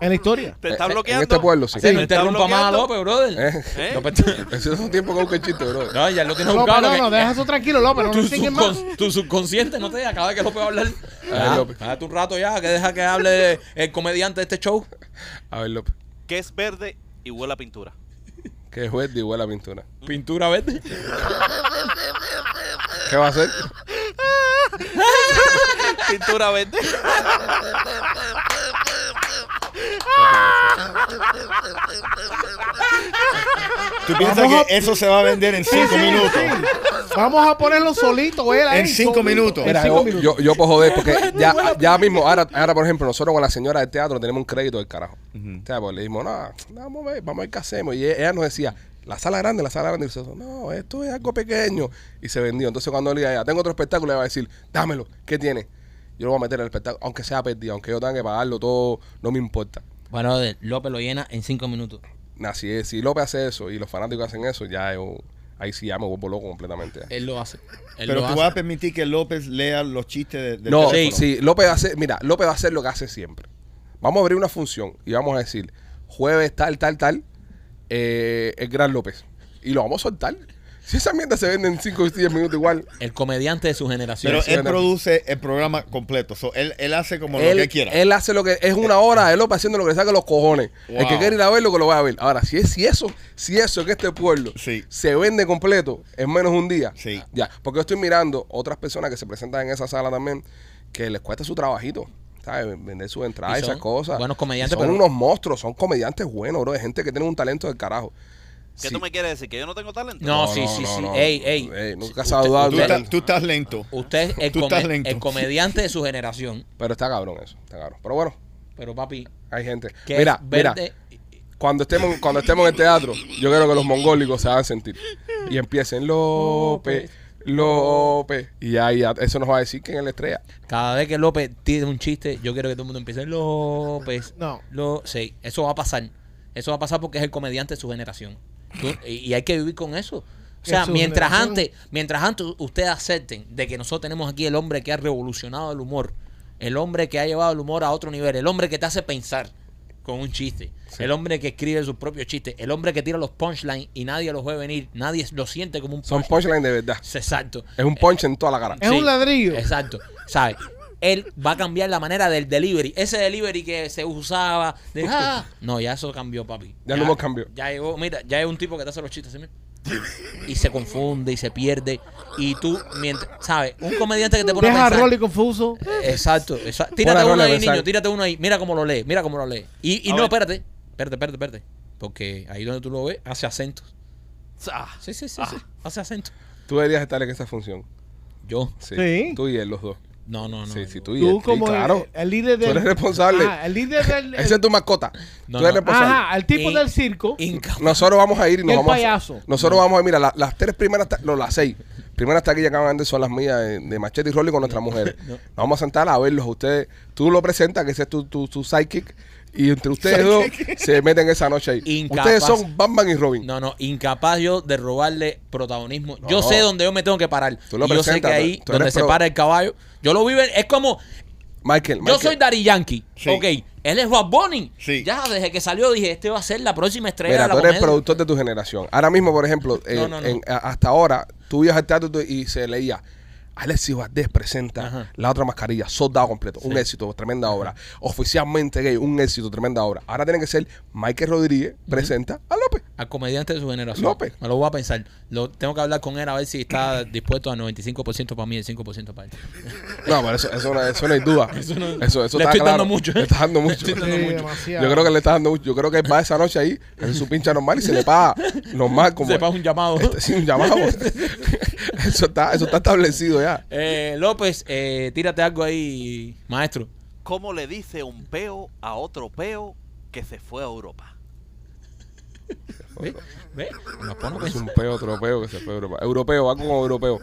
En la historia. ¿Te está Eh, eh, bloqueando? En este pueblo, sí. Sí, no ¿Te está interrumpa más a bloqueando? López, brother. ¿Eh? ¿Eh? López, Eso es un tiempo que busca el chiste, bro. no, ya lo tienes López, buscado. no, lo no, que- deja eso tranquilo, López. No tu, nos sigues más. subcon- tu subconsciente no te deja. Cada vez que López va a hablar, Ah, Ah, López. date un rato ya, que deja que hable el comediante de este show. A ver, López. Que es verde y huele a pintura. Que es verde y huele a pintura. Pintura verde. ¿Qué va a hacer? Pintura verde. ¿Tú piensas Vamos que a- eso se va a vender en cinco minutos? Vamos a ponerlo solito, él ahí, En cinco solito. minutos. En Mira, cinco yo, minutos. yo, yo por joder, porque ya, ya mismo, ahora, ahora por ejemplo, nosotros con la señora del teatro tenemos un crédito del carajo. O sea, pues le dijimos, no, no, vamos a ver, vamos a ver qué hacemos. Y e- ella nos decía, la sala grande, la sala grande. Y nosotros, no, esto es algo pequeño. Y se vendió. Entonces cuando él diga, ya tengo otro espectáculo, le va a decir, dámelo, ¿qué tiene? Yo lo voy a meter en el espectáculo, aunque sea perdido, aunque yo tenga que pagarlo todo, no me importa. Bueno, brother, López lo llena en cinco minutos. Nah, si, es- si López hace eso y los fanáticos hacen eso, ya yo, ahí sí ya me vuelvo loco completamente. Él lo hace. Él Pero lo tú hace. vas a permitir que López lea los chistes de, del No, sí, teléfono. López va a hacer, mira, López va a hacer lo que hace siempre. Vamos a abrir una función y vamos a decir, jueves tal, tal, tal, eh, el gran López. Y lo vamos a soltar. Si esa mierda se vende en 5 o 10 minutos igual, El comediante de su generación. Pero sí, él bueno. produce el programa completo. So, él, él hace como él, lo que quiera. él hace lo que, es una hora de López haciendo lo que le saca los cojones. El que Wow. quiere ir a verlo, que lo vaya a ver. Ahora, si es si eso, si eso en este pueblo Sí. se vende completo en menos un día, Sí. ya. Porque yo estoy mirando otras personas que se presentan en esa sala también, que les cuesta su trabajito. ¿sabes? Vender sus entradas Y y son esas cosas. buenos comediantes, Son pero- unos monstruos, son comediantes buenos, bro. De gente que tiene un talento del carajo. ¿Qué Sí. tú me quieres decir? ¿Que yo no tengo talento? No, No, sí, no, sí, no, sí. no. Ey, ey. Ey, nunca Usted- saludable. tú, usted- estás, tú estás lento. Usted es el, Tú estás come- lento. el comediante de su generación. Pero está cabrón eso, está cabrón. Pero bueno, Pero papi, hay gente. que Mira, es mira. verde. Cuando estemos, cuando estemos en el teatro, yo quiero que los mongólicos se hagan sentir. Y empiecen López, López. Y ahí ya- eso nos va a decir quién es la estrella. Cada vez que López tire un chiste, yo quiero que todo el mundo empiece. López. No. Lo, sí, eso va a pasar. Eso va a pasar porque es el comediante de su generación. Tú- y, y hay que vivir con eso. O Es sea, su mientras generación. antes, mientras antes ustedes acepten de que nosotros tenemos aquí el hombre que ha revolucionado el humor, el hombre que ha llevado el humor a otro nivel, el hombre que te hace pensar con un chiste, el hombre que escribe sus propios chistes, el hombre que tira los punchlines y nadie los ve venir, nadie lo siente como un Son punchline. punchlines de verdad. Exacto. Es un punch en toda la cara. Es un ladrillo. Exacto. ¿Sabes? Él va a cambiar la manera del delivery. Ese delivery que se usaba. De, "Ah". No, ya eso cambió, papi. Ya el humor cambió. Ya llegó, mira, ya es un tipo que te hace los chistes. ¿sí, mira? Y se confunde y se pierde. Y tú, mientras, ¿sabes? Un comediante que te pone Deja a a pensar. Rolly confuso. Exacto, exacto. Tírate Ponle a uno Rolly a ahí, pensar. niño, tírate uno ahí. Mira cómo lo lee, mira cómo lo lee. Y, y A no, ver. espérate. Espérate, espérate, espérate. Porque ahí donde tú lo ves, hace acentos. Ah, Sí, sí, sí, sí. Hace acentos. Tú deberías estar en esa función. Yo. Sí. Sí. Tú y él, los dos. No, no, no. sí, yo- sí, tú y él. Tú Sí, como el- claro. el, líder Tú del... eres responsable. Ah, el líder del... Esa es tu mascota. No, tú eres no. responsable. Ajá, el tipo Y- del circo. Inca- Nosotros vamos a ir y nos El vamos payaso. a. Nosotros vamos a mira, la- las tres primeras, ta- no, las seis. Primeras taquillas que van a vender son las mías de, de Machete y Rolly con nuestras mujeres. Nos vamos a sentar a verlos a ustedes. Tú lo presentas, que ese es tu, tu, tu sidekick. Y entre ustedes dos se meten esa noche ahí. Incapaz. Ustedes son Batman y Robin. No, no, incapaz yo de robarle protagonismo. no. yo sé dónde yo me tengo que parar. Tú lo Y yo sé que presentas, ahí tú- tú donde eres se pro- para el caballo, yo lo vive, es como Michael, Yo Michael. soy Dari Yankee. Sí. Ok. Él es Bad Bunny. Sí. Ya desde que salió dije, este va a ser la próxima estrella Mira, de la tú eres comedia. productor de tu generación. Ahora mismo, por ejemplo, eh, No, no, no. en- a- hasta ahora, tú ibas al teatro tú- y se leía. Alexis Valdés presenta Ajá. la otra mascarilla, soldado completo, un éxito, tremenda obra. Oficialmente gay, un éxito, tremenda obra. Ahora tiene que ser Michael Rodríguez presenta a López. Al comediante de su generación. López. Me lo voy a pensar. Lo, tengo que hablar con él a ver si está dispuesto a 95% para mí y 5% para él. No, pero eso, eso, no, eso no hay duda. Eso, eso, Le está estoy claro. dando mucho, ¿eh? Le está dando mucho. estoy dando Sí, mucho. demasiado. Yo creo que le está dando mucho. Yo creo que él va esa noche ahí, en su pincha normal y se le paga normal. Como Sepa un llamado. Este, sí, un llamado. eso, está, eso está establecido ya. Eh, López, eh, tírate algo ahí, maestro. ¿Cómo le dice un peo a otro peo que se fue a Europa? ¿Ve? ¿Ve? Nos pone a Es pensar. un peo, otro peo que se fue a Europa. Europeo, va como europeo.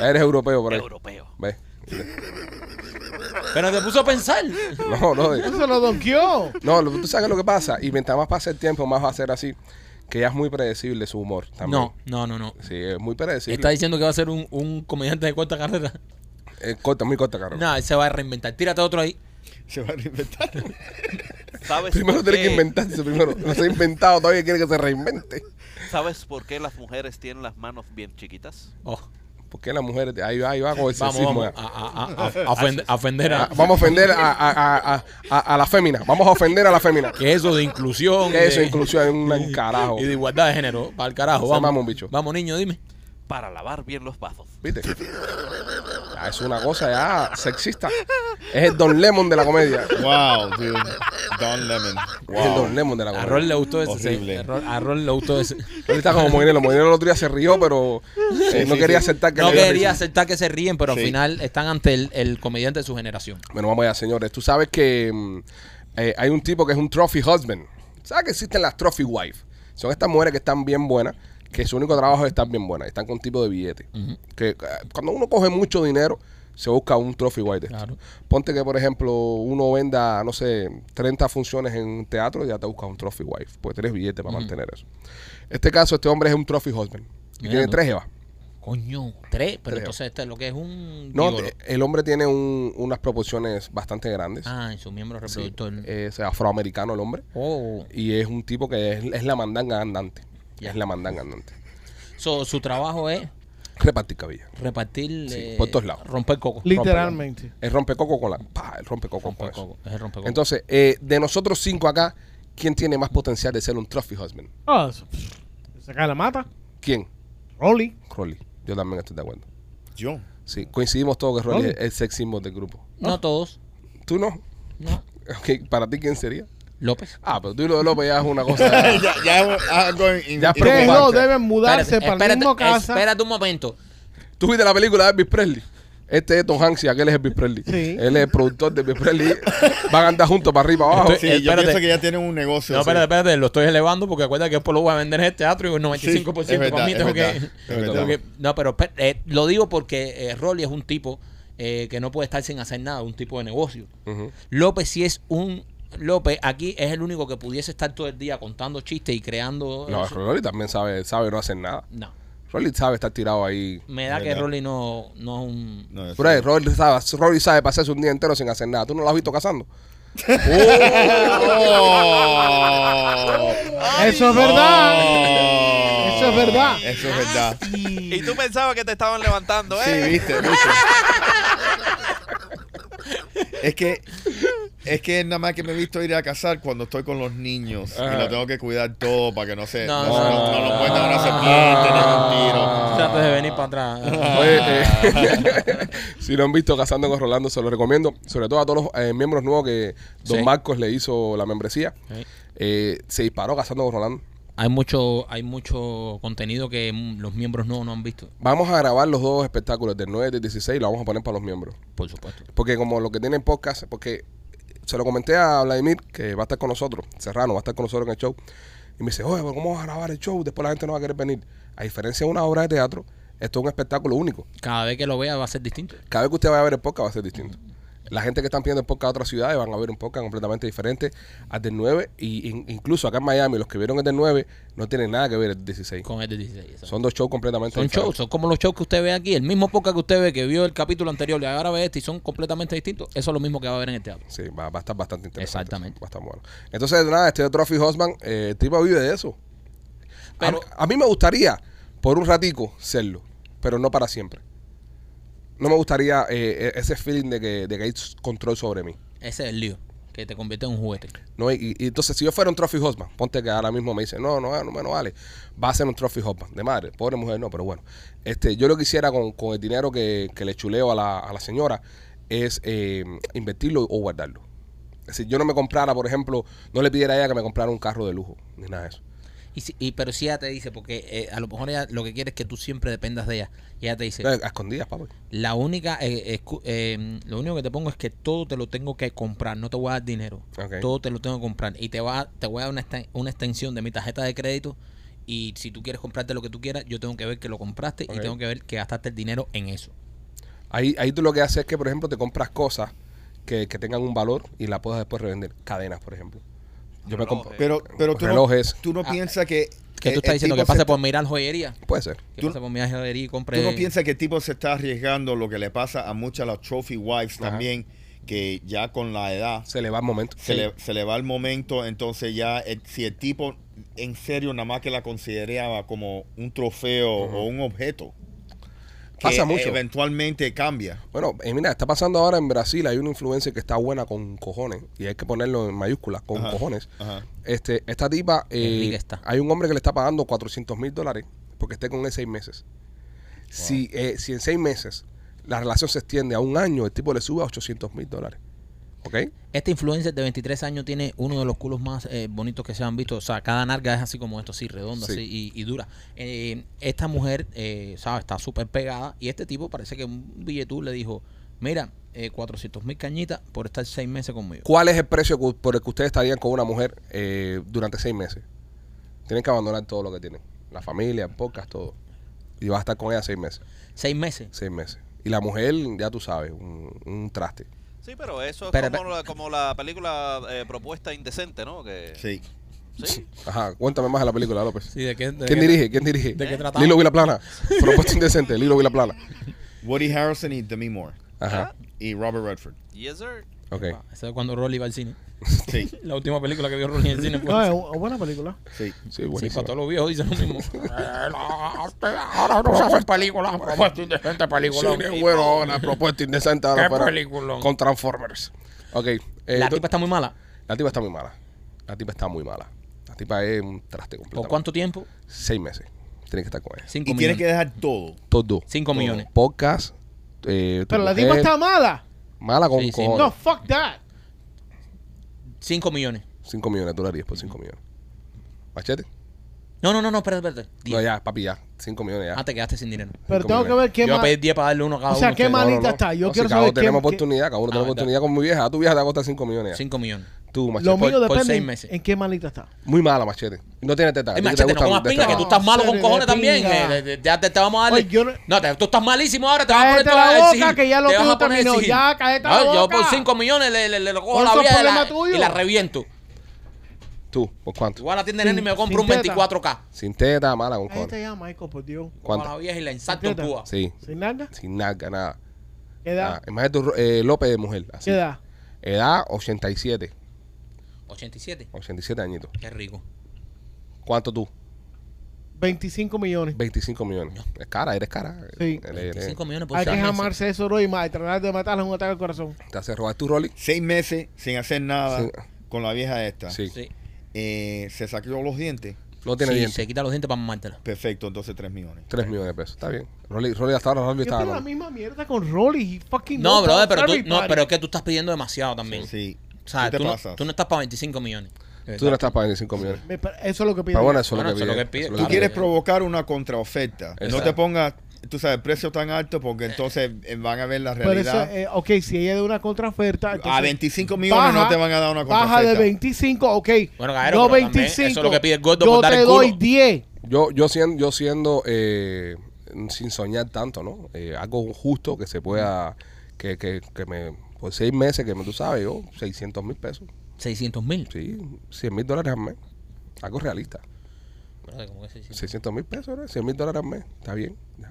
Eres europeo por ahí. Europeo. Ve. Pero te puso a pensar. No, no. de- Eso lo donkeó. No, lo- tú sabes lo que pasa. Y mientras más pasa el tiempo, más va a ser así. Que ya es muy predecible su humor también. No, no, no, no. Sí, es muy predecible. Está diciendo que va a ser un, un comediante de cuarta carrera. Es corta, muy corta, Carlos. No, él se va a reinventar. Tírate otro ahí. Se va a reinventar. pues, ¿Sabes Primero por tiene que qué- inventarse, primero. No se ha inventado, todavía quiere que se reinvente. ¿Sabes por qué las mujeres tienen las manos bien chiquitas? Oh, Porque las mujeres, ahí va, ahí va con el vamos, sexismo vamos. Ah, ya. A, a- a- a- a ofend- a ofender a. Ah, Vamos a ofender a, a, a, a- a- a la fémina. Vamos a ofender a la fémina. Que eso de inclusión. Que eso, de- inclusión, es un carajo. Y de igualdad de género. Para el carajo. Se Vamos, mama un bicho. Ah, Vamos, niño, dime. Para lavar bien los vasos. ¿Viste? Ya, es una cosa ya sexista. Es el Don Lemon de la comedia. wow, dude. Don Lemon. Es el Wow. Don Lemon de la A Rol comedia. le gustó ese. Horrible. sí. A Rol- a Rol le gustó ese. Él está como Moinelo. Moinelo el otro día se rió, pero eh, no sí, quería sí. aceptar que No le dio quería risa. aceptar que se ríen, pero al Sí. final están ante el, el comediante de su generación. Bueno, vamos allá, señores. Tú sabes que mm, eh, hay un tipo que es un trophy husband. ¿Sabes que existen las trophy wife? Son estas mujeres que están bien buenas, que su único trabajo es estar bien buenas. Están con un tipo de billete. Que eh, cuando uno coge mucho dinero, se busca un trophy wife. de estos. Claro. Ponte que, por ejemplo, uno venda, no sé, 30 funciones en un teatro, ya te buscas un trophy wife. Pues tienes billete para mantener eso. Este caso, este hombre es un trophy husband. Y Mira, tiene ¿no? tres jevas. Coño, tres. Pero Tres. entonces este es lo que es un. No, eh, gigolo. te- el hombre tiene un- unas proporciones bastante grandes. Ah, en su miembro Sí, eh, reproductor. es afroamericano el hombre. Oh. Y es un tipo que es, es la mandanga andante. Es la mandanga andante. So, su trabajo es Repartir cabilla. repartir. Sí, eh, por todos lados. Romper coco. Literalmente. El rompecoco con la. pa, el rompecoco Romper con eso. coco. Es el romper coco. Entonces, eh, de nosotros cinco acá, ¿quién tiene más potencial de ser un trophy husband? Ah, eso, pff, saca la mata. ¿Quién? Rolly. Rolly. Yo también estoy de acuerdo. Yo. Sí, coincidimos todos que Rolly Rolly. es el sex symbol del grupo. no todos. ¿Tú no? No. Ok, ¿Para ti quién sería? López. Ah, pero tú y lo de López ya es una cosa. ya, ya es algo in- Ya es in- Ustedes dos preocupante. deben mudarse para el espérate, mismo casa. espérate un momento. ¿Tú viste la película de Elvis Presley? Este es Tom Hanks y aquel es Elvis Presley. Sí. Él es el productor de Elvis Presley. Van a andar juntos para arriba, abajo. Sí, yo Espérate. pienso que ya tienen un negocio. No, sí. espérate, espérate, lo estoy elevando porque acuérdate que después lo voy a vender en el teatro y un 95% Sí, es verdad, para mí es tengo verdad, que, es tengo verdad. que- No, pero esper- eh, lo digo porque eh, Rolly es un tipo eh, que no puede estar sin hacer nada, un tipo de negocio. Ujú. López sí es un... López aquí es el único que pudiese estar todo el día contando chistes y creando... No, eso. Rolly también sabe, sabe no hacer nada. No, Rolly sabe estar tirado ahí. me da Es que verdad. Rolly no, no es un... No, eso- Pero eh, Rolly sabe, Rolly sabe pasarse un día entero sin hacer nada. ¿Tú no lo has visto cazando? ¡Oh! Eso es verdad. Oh. Eso es verdad. Eh, Eso es verdad. Y tú pensabas que te estaban levantando, Sí, ¿eh? viste, viste. es que es que nada más que me he visto ir a cazar cuando estoy con los niños y lo tengo que cuidar todo para que no se No, no, no, no, no, no no. lo pueden dar una serpiente, Ah. ni un tiro. Trates de venir para atrás. Oye, Ah. eh, si lo han visto cazando con Rolando, se lo recomiendo. Sobre todo a todos los eh, miembros nuevos que Don Sí. Marcos le hizo la membresía. Sí. Eh, se disparó cazando con Rolando. Hay mucho, hay mucho contenido que mm, los miembros no, no han visto, Vamos a grabar los dos espectáculos del 9 y del 16 y lo vamos a poner para los miembros. por supuesto. Porque como lo que tienen podcast, porque se lo comenté a Vladimir, que va a estar con nosotros, Serrano va a estar con nosotros en el show, y me dice, oye, pero ¿cómo vas a grabar el show? Después la gente no va a querer venir. A diferencia de una obra de teatro, esto es un espectáculo único. Cada vez que lo vea va a ser distinto. Cada vez que usted vaya a ver el podcast va a ser distinto. La gente que están pidiendo el podcast a otras ciudades van a ver un podcast completamente diferente al del 9. Y in- incluso acá en Miami, los que vieron el del 9 no tienen nada que ver el 16. Con el de 16. exacto. Son dos shows completamente Son diferentes. shows, son como los shows que usted ve aquí. El mismo podcast que usted ve que vio el capítulo anterior y ahora ve este y son completamente distintos. Eso es lo mismo que va a ver en el teatro. Sí, va, va a estar bastante interesante. Exactamente. Va a estar bueno. Entonces, nada, este Trophy Hosman, eh, el tipo vive de eso. A Pero- mí- a, mí me gustaría, por un ratico, serlo, pero no para siempre. No me gustaría eh, ese feeling de que, de que hay control sobre mí. Ese es el lío, que te convierte en un juguete. ¿no? Y, y- y entonces, si yo fuera un Trophy Hosman, ponte que ahora mismo me dice, no, no, no, no vale, va a ser un Trophy Hosman, de madre, pobre mujer, no, pero bueno. Este, yo lo que hiciera con, con el dinero que, que le chuleo a la, a la señora es eh, invertirlo o guardarlo. Es decir, yo no me comprara, por ejemplo, no le pidiera a ella que me comprara un carro de lujo, ni nada de eso. Y, si- y pero si ella te dice, porque eh, a lo mejor ella lo que quiere es que tú siempre dependas de ella. Y ella te dice, Eh, A escondidas, papi. la única, eh, escu- eh, lo único que te pongo es que todo te lo tengo que comprar, no te voy a dar dinero. Ok. Todo te lo tengo que comprar. Y te, va, te voy a dar una, esten- una extensión de mi tarjeta de crédito. Y si tú quieres comprarte lo que tú quieras, yo tengo que ver que lo compraste Ok. y tengo que ver que gastaste el dinero en eso. Ahí, ahí tú lo que haces es que, por ejemplo, te compras cosas que, que tengan un valor y las puedas después revender. Cadenas, por ejemplo. Yo me Relojes. compro. Pero, eh. pero tú, no, Relojes. tú no Ah, piensas que. Que tú Eh, el estás diciendo tipo que pase se- por mirar joyería. Puede ser. Que Tú- pase por mirar joyería y compre. ¿Tú no piensas que el tipo se está arriesgando lo que le pasa a muchas de las trophy wives Ajá. también, que ya con la edad Se le va el momento. se, le, se le va el momento, entonces ya el- si el tipo en serio nada más que la consideraba como un trofeo o un objeto, que Pasa mucho. eventualmente cambia. Bueno, eh, mira, está pasando ahora en Brasil, hay una influencer que está buena con cojones, y hay que ponerlo en mayúsculas, con Ajá, cojones. ajá. Este, esta tipa, eh, Qué rica está. hay un hombre que le está pagando 400 mil dólares porque esté con él seis meses. Si, eh, si en seis meses la relación se extiende a un año, el tipo le sube a 800 mil dólares. ¿Ok? Este influencer de 23 años tiene uno de los culos más eh, bonitos que se han visto. O sea, cada narga es así como esto, así, redonda, Sí. así, y, y dura. Eh, esta mujer, eh, ¿sabes? Está súper pegada. Y este tipo parece que un billetú le dijo, mira, 400 mil cañitas por estar seis meses conmigo. ¿Cuál es el precio cu- por el que ustedes estarían con una mujer eh, durante seis meses? Tienen que abandonar todo lo que tienen. La familia, el podcast, todo. Y vas a estar con ella seis meses. Seis meses. Seis meses. Y la mujer, ya tú sabes, un, un traste. Sí, pero eso es Pero- como, la, como la película eh, Propuesta Indecente, ¿no? Que, Sí. sí. Ajá, cuéntame más de la película, López. ¿de qué, ¿Quién dirige? ¿Quién dirige? de qué trataba? Lilo Vilaplana. Propuesta pues, indecente, Lilo Vilaplana. Woody Harrison y Demi Moore. Ajá, Y Robert Redford. Yes, sir. ok. Ah, Eso es cuando Rolly va al cine. Sí, La última película que vio Rolly en el cine fue... Ah, No, es una- una buena película. sí. Sí, Sí, buenísimo. para todos los viejos dicen lo mismo. Eh, Ah, Ahora no se hacen películas, propuesta indecente película. Sí, es bueno ahora, propuesta indecente ahora Qué para- peliculón. con Transformers. Ok. eh, la tú- tipa está muy mala. la tipa está muy mala. La tipa está muy mala. La tipa es un traste completo. ¿Por cuánto tiempo? Seis meses. Tienes que estar con ella. Cinco Y millones. tienes que dejar todo. Todo. Cinco Todo. millones. Podcast. eh, tu Pero la mujer, tipa está mala. Mala con Sí, sí. cojones. No, fuck that. Cinco millones. Cinco millones, tú la harías por cinco millones. Machete. No, no, no, no, espérate, espérate. Diez. No, ya, papi, ya. Cinco millones ya. Ah, te quedaste sin dinero. Pero Cinco tengo que millones. ver qué Yo voy a más. pedir 10 para darle uno a cada O sea, uno. ¿qué No, no, malita no. está. Yo No, quiero si cada saber uno tenemos qué- qué- oportunidad, cada uno Ah, tenemos verdad. oportunidad con mi vieja. A tu vieja te va a costar 5 millones. ya. 5 millones. Tú, machete. Lo mío por depende seis en- meses. en qué malita está. Muy mala, machete. No tiene teta. Ay, A ti que te machete, no gustan comas de pinga, esta- que tú estás malo con Serio, cojones de también. pinga. eh, de- de- Ya te, te vamos a darle. Oye, yo no- No, te- tú estás malísimo ahora, te vas a poner Cállate todo la a boca, que ya lo te vas tuyo a poner a terminó. exigir. Ya, cállate Ay, la Yo boca. por 5 millones le, le, le, le cojo Por la eso es vía de la- problema tuyo. y la reviento. Tú, ¿por cuánto? Igual a la tienda Sin- nena y me compro un sin teta. 24K. Sin teta, mala con Cállate cojones. ya, Michael, por Dios. Cojo a la ¿Cuánto? vieja y la ensarto en Sin teta. Cuba. Sí. ¿Sin nada? Sin nada, nada. ¿Qué Nada. Ah, edad? Imagínate un ro- eh, López de mujer. Así. ¿Qué edad? Edad 87. 87. 87 añitos. Qué rico. ¿Cuánto tú? 25 millones. 25 millones. Es cara, eres cara. Sí. Eres- eres- 25 millones por Hay que seis pues meses. jamarse eso, bro, y más, y tratar de matarla en un ataque al corazón. ¿Te hace robar tu Rolly? Seis meses sin hacer nada Sí. con la vieja esta. Sí. Sí. Eh, se sacó los dientes. No tiene Sí, dientes. se quita los dientes para mamártela. Perfecto, entonces tres millones. 3 millones de pesos. Está bien. Rolly, Rolly hasta ahora Rolly Yo estaba pido la mal. misma mierda con Rolly. He fucking No, knocked brother, out pero, tú, no, everybody. pero es que tú estás pidiendo demasiado también. Sí. O sea, ¿Qué te tú, no, pasas? tú no estás para 25 millones. Tú no estás pagando 5 millones. Me pa- Eso es lo que pido. Pero bueno, eso Bueno, es lo que pide. pide, eso es Tú lo Claro. que quieres pide. provocar una contraoferta. No te Exacto. pongas, tú sabes, precio tan alto porque entonces eh, van a ver la Pero eso, realidad. eh, ok, si ella da una contraoferta. a entonces 25 millones no baja- te van a dar una contraoferta. Baja de 25, ok. Bueno, Gaero, no pero también 25. eso es lo que pide el gordo Yo por dar te el culo. doy 10. Yo, yo siendo, yo siendo eh, sin soñar tanto, ¿no? Eh, algo justo que se pueda, que, que, que me por seis meses, que tú sabes, yo, 600 mil pesos. 600 mil. Sí, 100 mil dólares al mes. Algo realista. Brother, ¿cómo Ah, que 600? 600 mil pesos, ¿no? 100 mil dólares al mes. Está bien. ya.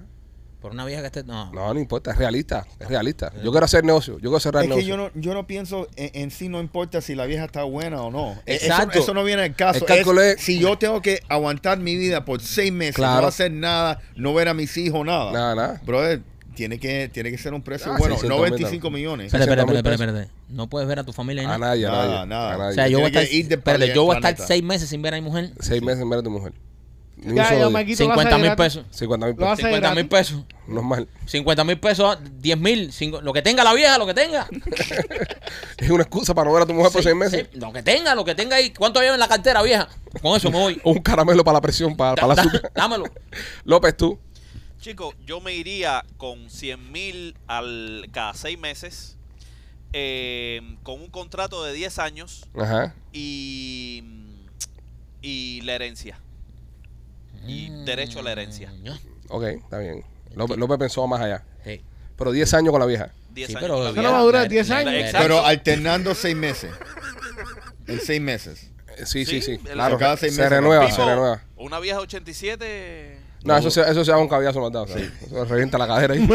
Por una vieja que esté. No. No, no importa, es realista, es realista. Yo quiero hacer negocio, yo quiero cerrar Es que negocio. yo no, yo no pienso en, en sí, no importa si la vieja está buena o no. E- eso- Exacto. Eso, no viene al caso. El cálculo Es es- si yo tengo que aguantar mi vida por seis meses, Claro. no hacer nada, no ver a mis hijos, nada. Nada, nada. Brother, tiene que, tiene que ser un precio Ah, bueno. 600 No mil 25 dólares. millones. Espera, espera, 600 mil espera, espera, espera. No puedes ver a tu familia. ni A nada. nadie, a Nada, nadie. nada. a O nadie. sea, yo voy a Tiene estar, que ir de espérate, yo voy a estar planeta. seis meses sin ver a mi mujer. Seis meses en ver a tu mujer. Ni un Ya, solo yo día. me quito 50 mil pesos. 50 mil Lo pesos. hace 50 mil gratis. pesos. Normal. 50 mil pesos, 10 mil, lo que tenga la vieja, lo que tenga. Es una excusa para no ver a tu mujer por Sí, seis meses. sí, lo que tenga, lo que tenga ahí. ¿Cuánto lleva en la cartera, vieja? Con eso me voy. Un caramelo para la presión, para, para la Da- da- azúcar. dámelo. López, tú. Chicos, yo me iría con 100 mil al cada seis meses, eh, con un contrato de 10 años Ajá. y, y la herencia. Y Mm. derecho a la herencia. Ok, está bien. López, López pensó más allá. Sí. pero 10 años con la vieja. 10 Sí, años. pero Eh, con la Eso vida. no va a durar 10 años. Exacto. Pero alternando seis meses. En seis meses. Eh, Sí, sí, sí. Sí, Claro, cada seis se meses. renueva, Tipo, se renueva. Una vieja de 87. No, eso se, eso se da un cabezazo matado. ¿sabes? Eso le revienta la cadera ahí.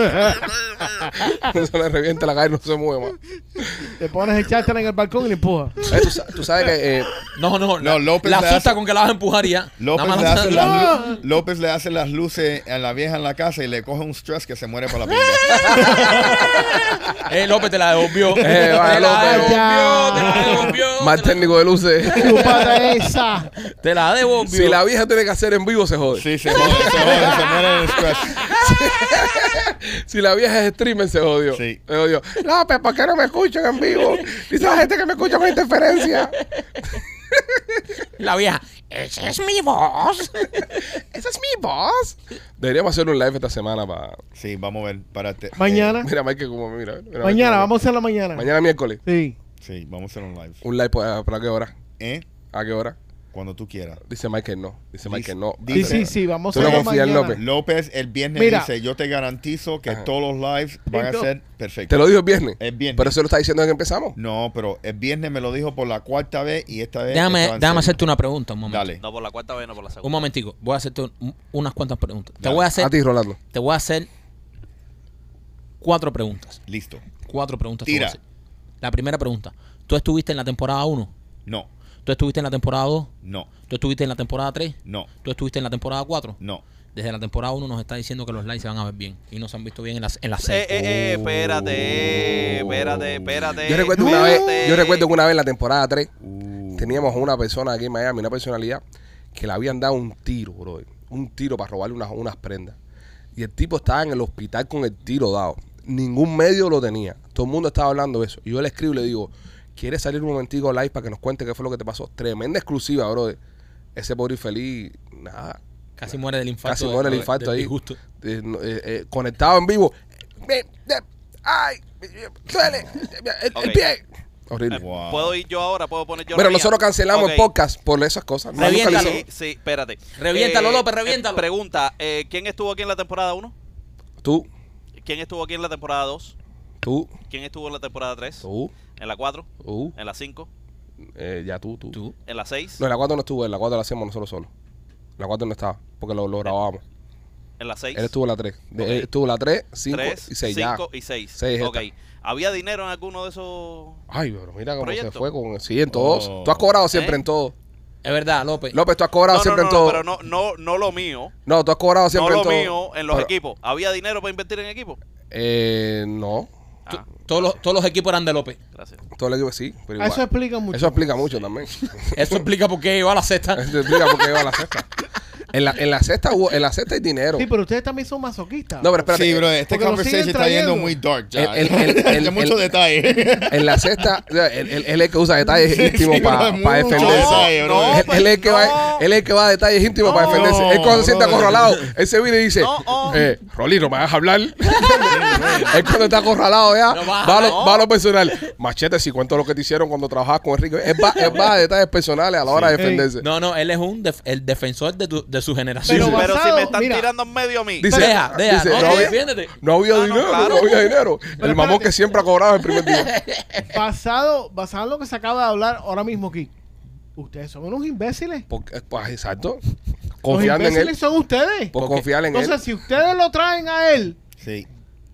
eso le revienta la cadera y no se mueve más. Te pones el cháchara en el balcón y le empujas. Eh, tú, sa- tú sabes que eh, No, no, la, No, López la le asusta hace- con que la vas a empujar y ya. López Nada más le, la- hace las, lu- López le hace las luces a la vieja en la casa y le coge un stress que se muere para la pinga. Eh, López te la devolvió. Eh, vaya, te la López. devolvió, te la devolvió. más te, la, técnico de luces. Tu pata esa. te la devolvió. si la vieja tiene que hacer en vivo, se jode. Sí, se jode, se jode, se muere en el stress. Si la vieja es streamer, se jodió. Sí. Se jodió. López, ¿por qué no me escuchan en vivo? Dice la gente que me escucha con interferencia. La vieja. Esa es mi voz. Esa es mi voz. Deberíamos hacer un live esta semana para. Sí, vamos a ver. Párate. eh, Mañana. Mira, Mike, como me mira. mira, Mike, Mañana, cómo- vamos a hacerlo mañana. Mañana miércoles. Sí. Sí, vamos a hacer un live. Un live pues, para, para qué hora? ¿Eh? ¿A qué hora? Cuando tú quieras. Dice Mike que no. Dice Mike que no. Sí, Dice- sí, sí, vamos a Tú no hacerlo confías en mañana. López. López el viernes Mira. dice, yo te garantizo que Ajá. todos los lives van a Listo. ser perfectos. Te lo dijo el viernes. El Eh, viernes. Pero eso lo está diciendo desde que empezamos. No, pero el viernes me lo dijo por la cuarta vez y esta vez... Déjame, estaba en déjame serio. hacerte una pregunta, un momento. Dale. No, por la cuarta vez, no por la Un segunda. momentico. Voy a hacerte un- unas cuantas preguntas. Te Dale. voy a hacer. A ti, Rolando. Te voy a hacer cuatro preguntas. Listo. Cuatro preguntas. te voy a Tira. hacer. La primera pregunta. ¿Tú estuviste en la temporada 1? No, ¿Tú estuviste en la temporada 2? no, ¿Tú estuviste en la temporada 3? no, ¿Tú estuviste en la temporada 4? no. Desde la temporada 1 nos está diciendo que los likes se van a ver bien. Y no se han visto bien en las, en las Eh, seis. eh, eh, espérate, Oh. eh, espérate, espérate. Yo recuerdo, una vez, espérate. yo recuerdo que una vez en la temporada 3 teníamos una persona aquí en Miami, una personalidad, que le habían dado un tiro, bro. Un tiro para robarle unas, unas prendas. Y el tipo estaba en el hospital con el tiro dado. Ningún medio lo tenía. Todo el mundo estaba hablando de eso. Y yo le escribo y le digo, ¿quieres salir un momentico live para que nos cuente qué fue lo que te pasó? Tremenda exclusiva, bro. Ese pobre infeliz, nada. Casi muere del infarto. Casi de- muere el de- infarto del ahí. disgusto. Eh, no, eh, eh, conectado en vivo. Eh, eh, ¡Ay! eh, ¡Duele! eh, el- el Ok. pie. Horrible. Eh, Wow. ¿Puedo ir yo ahora? ¿Puedo poner yo la Pero mía? nosotros cancelamos Ok. el podcast por esas cosas. No, nunca lo Reviéntalo. hicimos. Sí, sí, espérate. Reviéntalo, Eh, López, eh, reviéntalo. pregunta, eh, ¿quién estuvo aquí en la temporada 1? Tú, ¿Quién estuvo aquí en la temporada 2? tú, ¿Quién estuvo en la temporada 3? Oh. tú, ¿En la 4? tú. ¿En la 5? eh, ya tú, tú. Tú. ¿En la 6? No, en la 4 no estuvo, en la 4 la hacíamos nosotros solos. En la 4 no estaba, porque lo, lo grabábamos. ¿En la 6? Él estuvo en la 3. Ok. Estuvo en la 3, 5 3, y 6 ya. 5 y 6. Seis es ok. esta. ¿Había dinero en alguno de esos? Ay, pero mira cómo se Proyecto. fue con el siguiente 2. Oh. Tú has cobrado siempre ¿Eh? en todo. Es verdad, López. López, tú has No, cobrado no, siempre no, en todo. no, pero no, no, no lo mío. No, tú has cobrado No siempre lo en todo. mío en los Pero- equipos. ¿Había dinero para invertir en equipo? Eh, no. Tú- Ah, todos, los, todos los equipos eran de López. gracias. Todo el equipo sí, pero Ah, igual. Eso explica mucho. Eso explica mucho también. Eso explica por qué iba a la sexta. Eso explica por qué iba a la cesta. En la, en la cesta hubo- en la cesta hay dinero. Sí, pero ustedes también son masoquistas. No, pero espérate. Sí, bro, este Porque lo conversation siguen está yendo trayendo. muy dark ya. El- el- el- de el- Eh, mucho el- detalle. En la cesta, o sea, él, él- él es el que usa detalles íntimos sí, para bro, mucho defenderse. detalle, bro. No, Él- pues, él, es el que va, no. él es el que va a detalles íntimos para No, defenderse. él cuando se siente bro. acorralado, él se viene y dice, No, oh. eh, Rolly, no me vas a hablar. él cuando está acorralado ya, No vas a va, a lo, hablar. va a lo personal. Machete, si cuento lo que te hicieron cuando trabajabas con Enrique. Él va, él va a detalles personales a la hora de defenderse. No, no, él es un def- el defensor de, tu- de de su generación. Pero Pero, si basado- me están mira. tirando en medio a mí. Dice, Deja, deja, dice, no, no, había, defiéndete. no había Ah, no, dinero, no, claro. había dinero. el mamón espérate. que siempre ha cobrado el primer día. Basado, basado en lo que se acaba de hablar ahora mismo aquí. Ustedes son unos imbéciles. Porque, pues, exacto. Los Confiando en él. imbéciles son ustedes. Por confiar en él. Entonces, si ustedes lo traen a él Sí.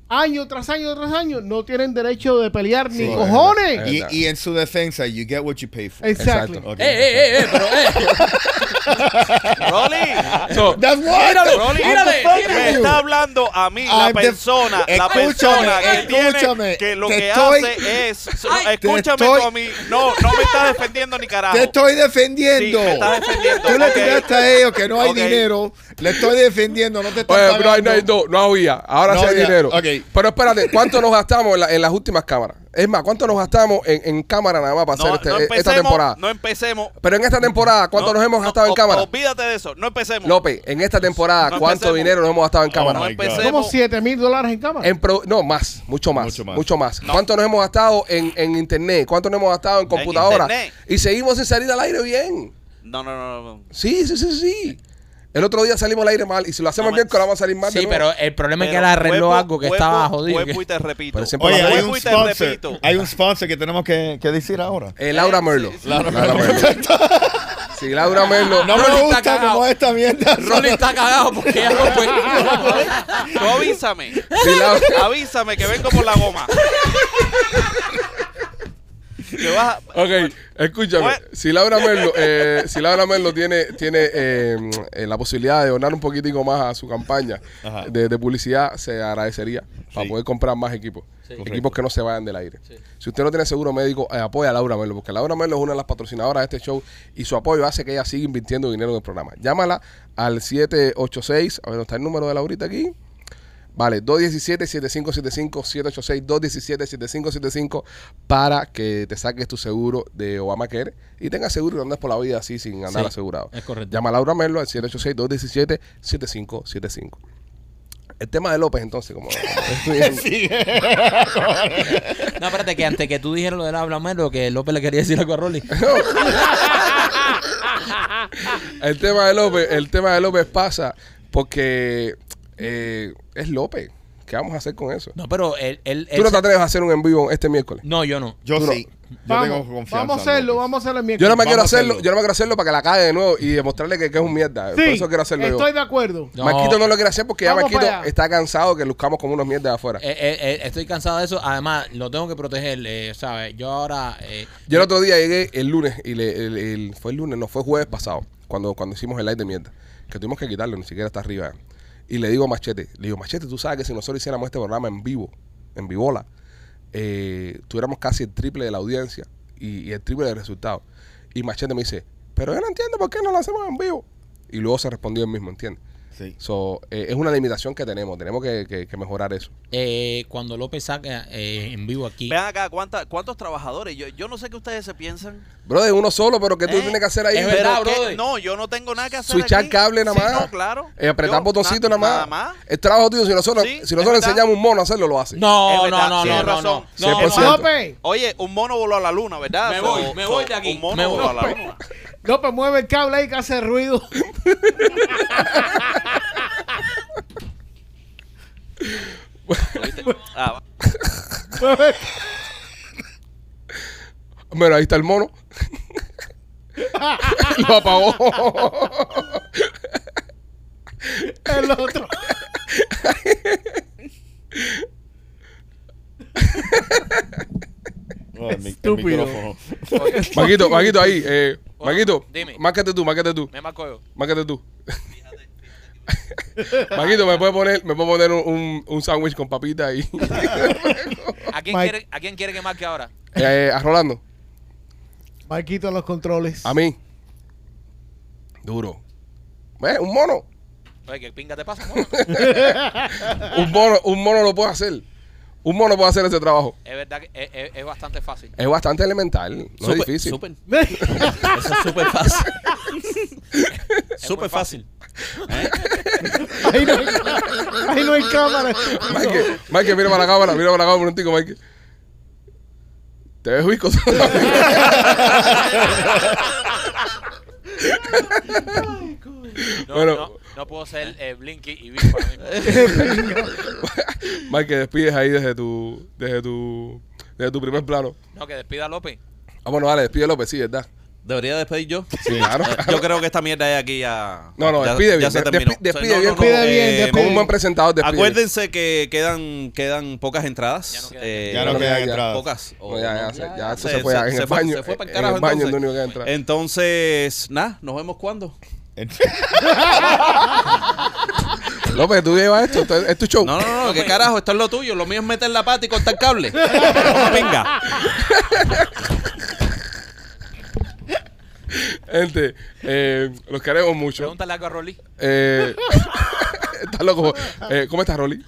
año tras año tras año, no tienen derecho de pelear Sí, ni es cojones. verdad. Y, y en su defensa, you get what you pay for. Exacto. eh, Exacto. Ok. Eh, eh, eh, eh, pero eh. Rolly, So, That's what- Míralo, Rolly, mírale, what the fuck? me está hablando a mí la I'm the- persona, la Escúchame, persona que tiene escúchame, que lo te que estoy- hace es no, Ay, te escúchame estoy- tú a mí, no, no me está defendiendo ni carajo. Te estoy defendiendo. Sí, me estás defendiendo, Tú le ok. tiraste a ellos que no hay Ok. dinero. Le estoy defendiendo, no te estoy Oye, pero ahí Pues, no, hay dos, no había. Ahora No sí hay había, dinero. ok. Pero espérate, ¿cuánto nos gastamos en, la- en las últimas cámaras? Es más, ¿cuánto nos gastamos en, en cámara nada más para No, hacer este- no esta empecemos, temporada? no empecemos. Pero en esta temporada, ¿cuánto No, nos hemos no, gastado en o- cámara? Olvídate de eso, no empecemos. López, en esta temporada, No ¿cuánto empecemos. dinero nos hemos gastado en cámara? no Oh my God. empecemos. Como 7 mil dólares en cámara. En pro- no, más, mucho más. Mucho Mucho más. más. ¿Cuánto nos hemos gastado en, en internet? ¿Cuánto nos hemos gastado en computadora? internet. y seguimos sin salir al aire bien. No, no, no, no, no. Sí, sí, sí, sí. El otro día salimos al aire mal y si lo hacemos No, bien, man. que ahora vamos a salir mal. de Sí, nuevo. pero el problema es que él Pero arregló vuelvo- algo que vuelvo- estaba jodido. Vuelvo que- y te repito. Pero siempre Oye, la hay Vuelvo un y te sponsor. repito. Hay un sponsor que tenemos que, que decir ahora. Eh, Laura Merlo. sí, sí. Laura Merlo. Sí, Laura Merlo. No Rolly me está gusta cagao. como esta mierda. Rolly está cagado porque ya no fue. Tú avísame. Sí, Laura- avísame que vengo por la goma. Te vas a- Ok, escúchame. Bueno. Si Laura Merlo, eh, si Laura Merlo tiene, tiene eh, eh, la posibilidad de donar un poquitico más a su campaña Ajá. de, de publicidad, se agradecería para Sí. poder comprar más equipos. Equipos Correcto. que no se vayan del aire. Si usted no tiene seguro médico, eh, apoya a Laura Merlo, porque Laura Merlo es una de las patrocinadoras de este show y su apoyo hace que ella siga invirtiendo dinero en el programa. Llámala al 786. A ver, ¿no está el número de Laurita aquí? Vale, 217-7575-786-217-7575 para que te saques tu seguro de Obamacare y tengas seguro y no andes por la vida así sin andar Sí, asegurado. es correcto. Llama a Laura Merlo al 786-217-7575. El tema de López, entonces, como. No, espérate, que antes que tú dijeras lo del habla lo que López le quería decir algo a Rolly. el tema de López, el tema de López pasa porque eh, es López. ¿Qué vamos a hacer con eso? No, pero él. él- Tú él no te se- atreves a hacer un en vivo este miércoles. No, yo no. Yo Duro. sí. Yo vamos, tengo confianza. vamos a en hacerlo, López. vamos a hacerlo el Yo no miércoles. me quiero Vamos a hacerlo. hacerlo. yo no me quiero hacerlo para que la cague de nuevo y demostrarle que, que es un mierda. Por Sí, eso quiero hacerlo estoy yo. de acuerdo. No. Marquito no lo quiere hacer porque ya Vamos Marquito para allá. está cansado que luzcamos como unos mierdas de afuera. Eh, eh, eh, estoy cansado de eso. Además, lo tengo que proteger, eh, ¿sabes? Yo ahora. eh, Yo el otro día llegué el lunes y le, el- el- fue el lunes, no fue jueves pasado, cuando, cuando hicimos el live de mierda, que tuvimos que quitarlo, ni siquiera está arriba. Y le digo a Machete, le digo, Machete, tú sabes que si nosotros hiciéramos este programa en vivo, en vivola, eh, tuviéramos casi el triple de la audiencia y, y el triple de resultados. Y Machete me dice, pero yo no entiendo por qué no lo hacemos en vivo. Y luego se respondió él mismo, ¿entiendes? Sí. So, eh, es una limitación que tenemos, tenemos que, que- que mejorar eso. eh, cuando López saca eh, en vivo aquí. Vean acá, ¿cuánta- ¿cuántos trabajadores? Yo, yo no sé qué ustedes se piensan. Bro, de uno solo, pero que tú Eh, tienes que hacer ahí. es Pero verdad, que- brother. No, yo no tengo nada que hacer. Switchar aquí. cable nada Sí, más. no, claro. Eh, apretar Yo, botoncito na- nada más. Nada más. Es trabajo tuyo. Si nosotros, Sí, si es nosotros verdad. enseñamos un mono a hacerlo, lo hace. Es No, no, verdad, no, no, tienes no, no. razón. No, por no, ciento. López, Oye, un mono voló a la luna, ¿verdad? Me voy, me voy de aquí. Un mono Me voy. voló a la luna. López, mueve el cable ahí que hace ruido. Ah, Mueve- Bueno, ahí está el mono. lo apagó. el otro. Oh, el mi- el Estúpido. micrófono. Maquito, Maquito, ahí. Eh, Maquito, dime. márcate tú, márcate tú. me marco yo. Márcate tú. Maquito, ¿me puede poner, me puede poner un, un, un sándwich con papita y ¿A quién, Mike. quiere, ¿A quién quiere que marque ahora? eh, a Rolando? Marquito en los controles. A mí. Duro. ¿Ves? Un mono. Oye, que pinga te pasa, mono. Un mono, un mono lo puede hacer. Un mono puede hacer ese trabajo. Es verdad que es, es- es bastante fácil. Es bastante elemental, no Súper, es difícil. súper. Mira, Eso es súper fácil. Súper fácil. ahí, no hay, ahí no hay cámara. Mike, Mike, mira para la cámara, mira para la cámara un momentico, Mike. Te ves huico. Ay, coño. No, Bueno. no, no puedo ser eh, Blinky y Big para mí. Mike, despides ahí desde tu, desde tu, desde tu primer plano. No, que despida a López. Ah, bueno, dale, despide López, sí, ¿verdad? Debería despedir yo. Eh, Sí, claro. Yo creo que esta mierda es aquí ya. No, no, ya- despide ya bien, se despi- terminó. despide bien, despide bien, eh, Como un buen presentador, despide. Acuérdense que quedan, quedan pocas entradas. Ya no quedan. eh, Ya no quedan ya, ya. entradas. Pocas. o No, ya, no. ya, se- ya esto Se- se, fue se- en se el fue- baño. se fue para el en carajo, el baño es entonces. lo único que entra. Entonces, nada, nos vemos cuando. López, tú llevas esto, esto es- es tu show. No, no, no, qué carajo, esto es lo tuyo. Lo mío es meter la pata y cortar cable. Venga. Gente, eh, los queremos mucho. Pregúntale algo a Rolly. Eh, estás loco. Eh, ¿Cómo estás, Rolly?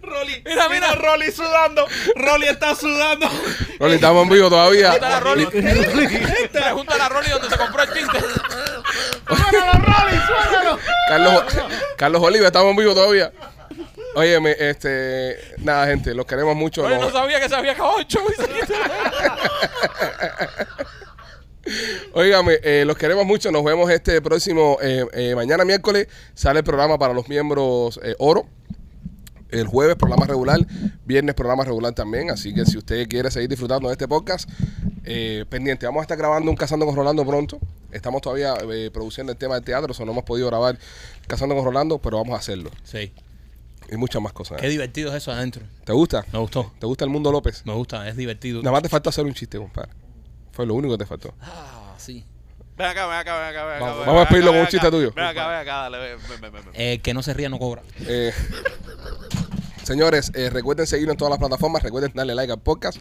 Rolly, mira, mira, Rolly sudando. Rolly está sudando. Rolly, estamos en vivo todavía. Pregúntale a Rolly. Pregúntale a Rolly dónde se compró el tinte. Carlos, Carlos Oliva, estamos en vivo todavía. Óyeme, este. Nada, gente, los queremos mucho. Rolly no Nos- sabía que se había acabado el show. Óigame, eh, los queremos mucho. Nos vemos este próximo eh, eh, mañana miércoles. Sale el programa para los miembros eh, Oro. El jueves programa regular, viernes programa regular también. Así que si usted quiere seguir disfrutando de este podcast, eh, pendiente. Vamos a estar grabando un Cazando con Rolando pronto. Estamos todavía eh, produciendo el tema del teatro, o sea, no hemos podido grabar Cazando con Rolando, pero vamos a hacerlo. Sí. Y muchas más cosas. Qué divertido es eso adentro. ¿Te gusta? Me gustó. ¿Te gusta el mundo López? Me gusta, es divertido. Nada más te falta hacer un chiste, compadre. Fue lo único que te faltó. Ah, sí. Ven acá, ven acá, ven acá. Ven acá Vamos- ven vamos a acá, pedirlo ven con un chiste acá. tuyo. Ven acá, ven acá, dale, ven, ven, ven, ven. ven. Eh, que no se ría, no cobra. Eh, señores, eh, recuerden seguirnos en todas las plataformas, recuerden darle like al podcast.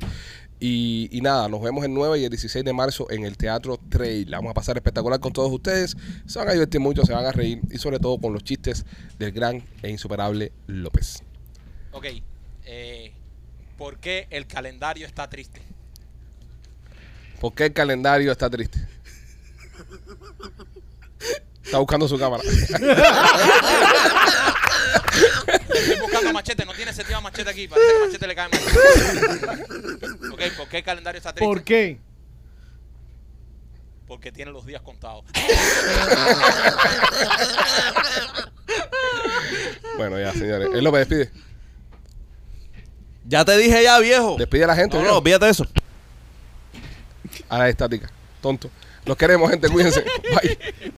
Y, y nada, nos vemos el 9 y el 16 de marzo en el Teatro Trail. La Vamos a pasar espectacular con todos ustedes. Se van a divertir mucho, se van a reír y sobre todo con los chistes del gran e insuperable López. Ok. eh, ¿Por qué el calendario está triste? ¿Por qué el calendario está triste? Está buscando su cámara. Estoy buscando a machete, no tiene sentido a machete aquí. Parece que a machete le cae mal. ok, ¿por qué el calendario está triste? ¿Por qué? Porque tiene los días contados. Bueno, ya, señores. Él López despide. Ya te dije ya, viejo. Despide a la gente. No, no, viejo. olvídate de eso. a la estática. Tonto. Los queremos, gente. Cuídense. Bye.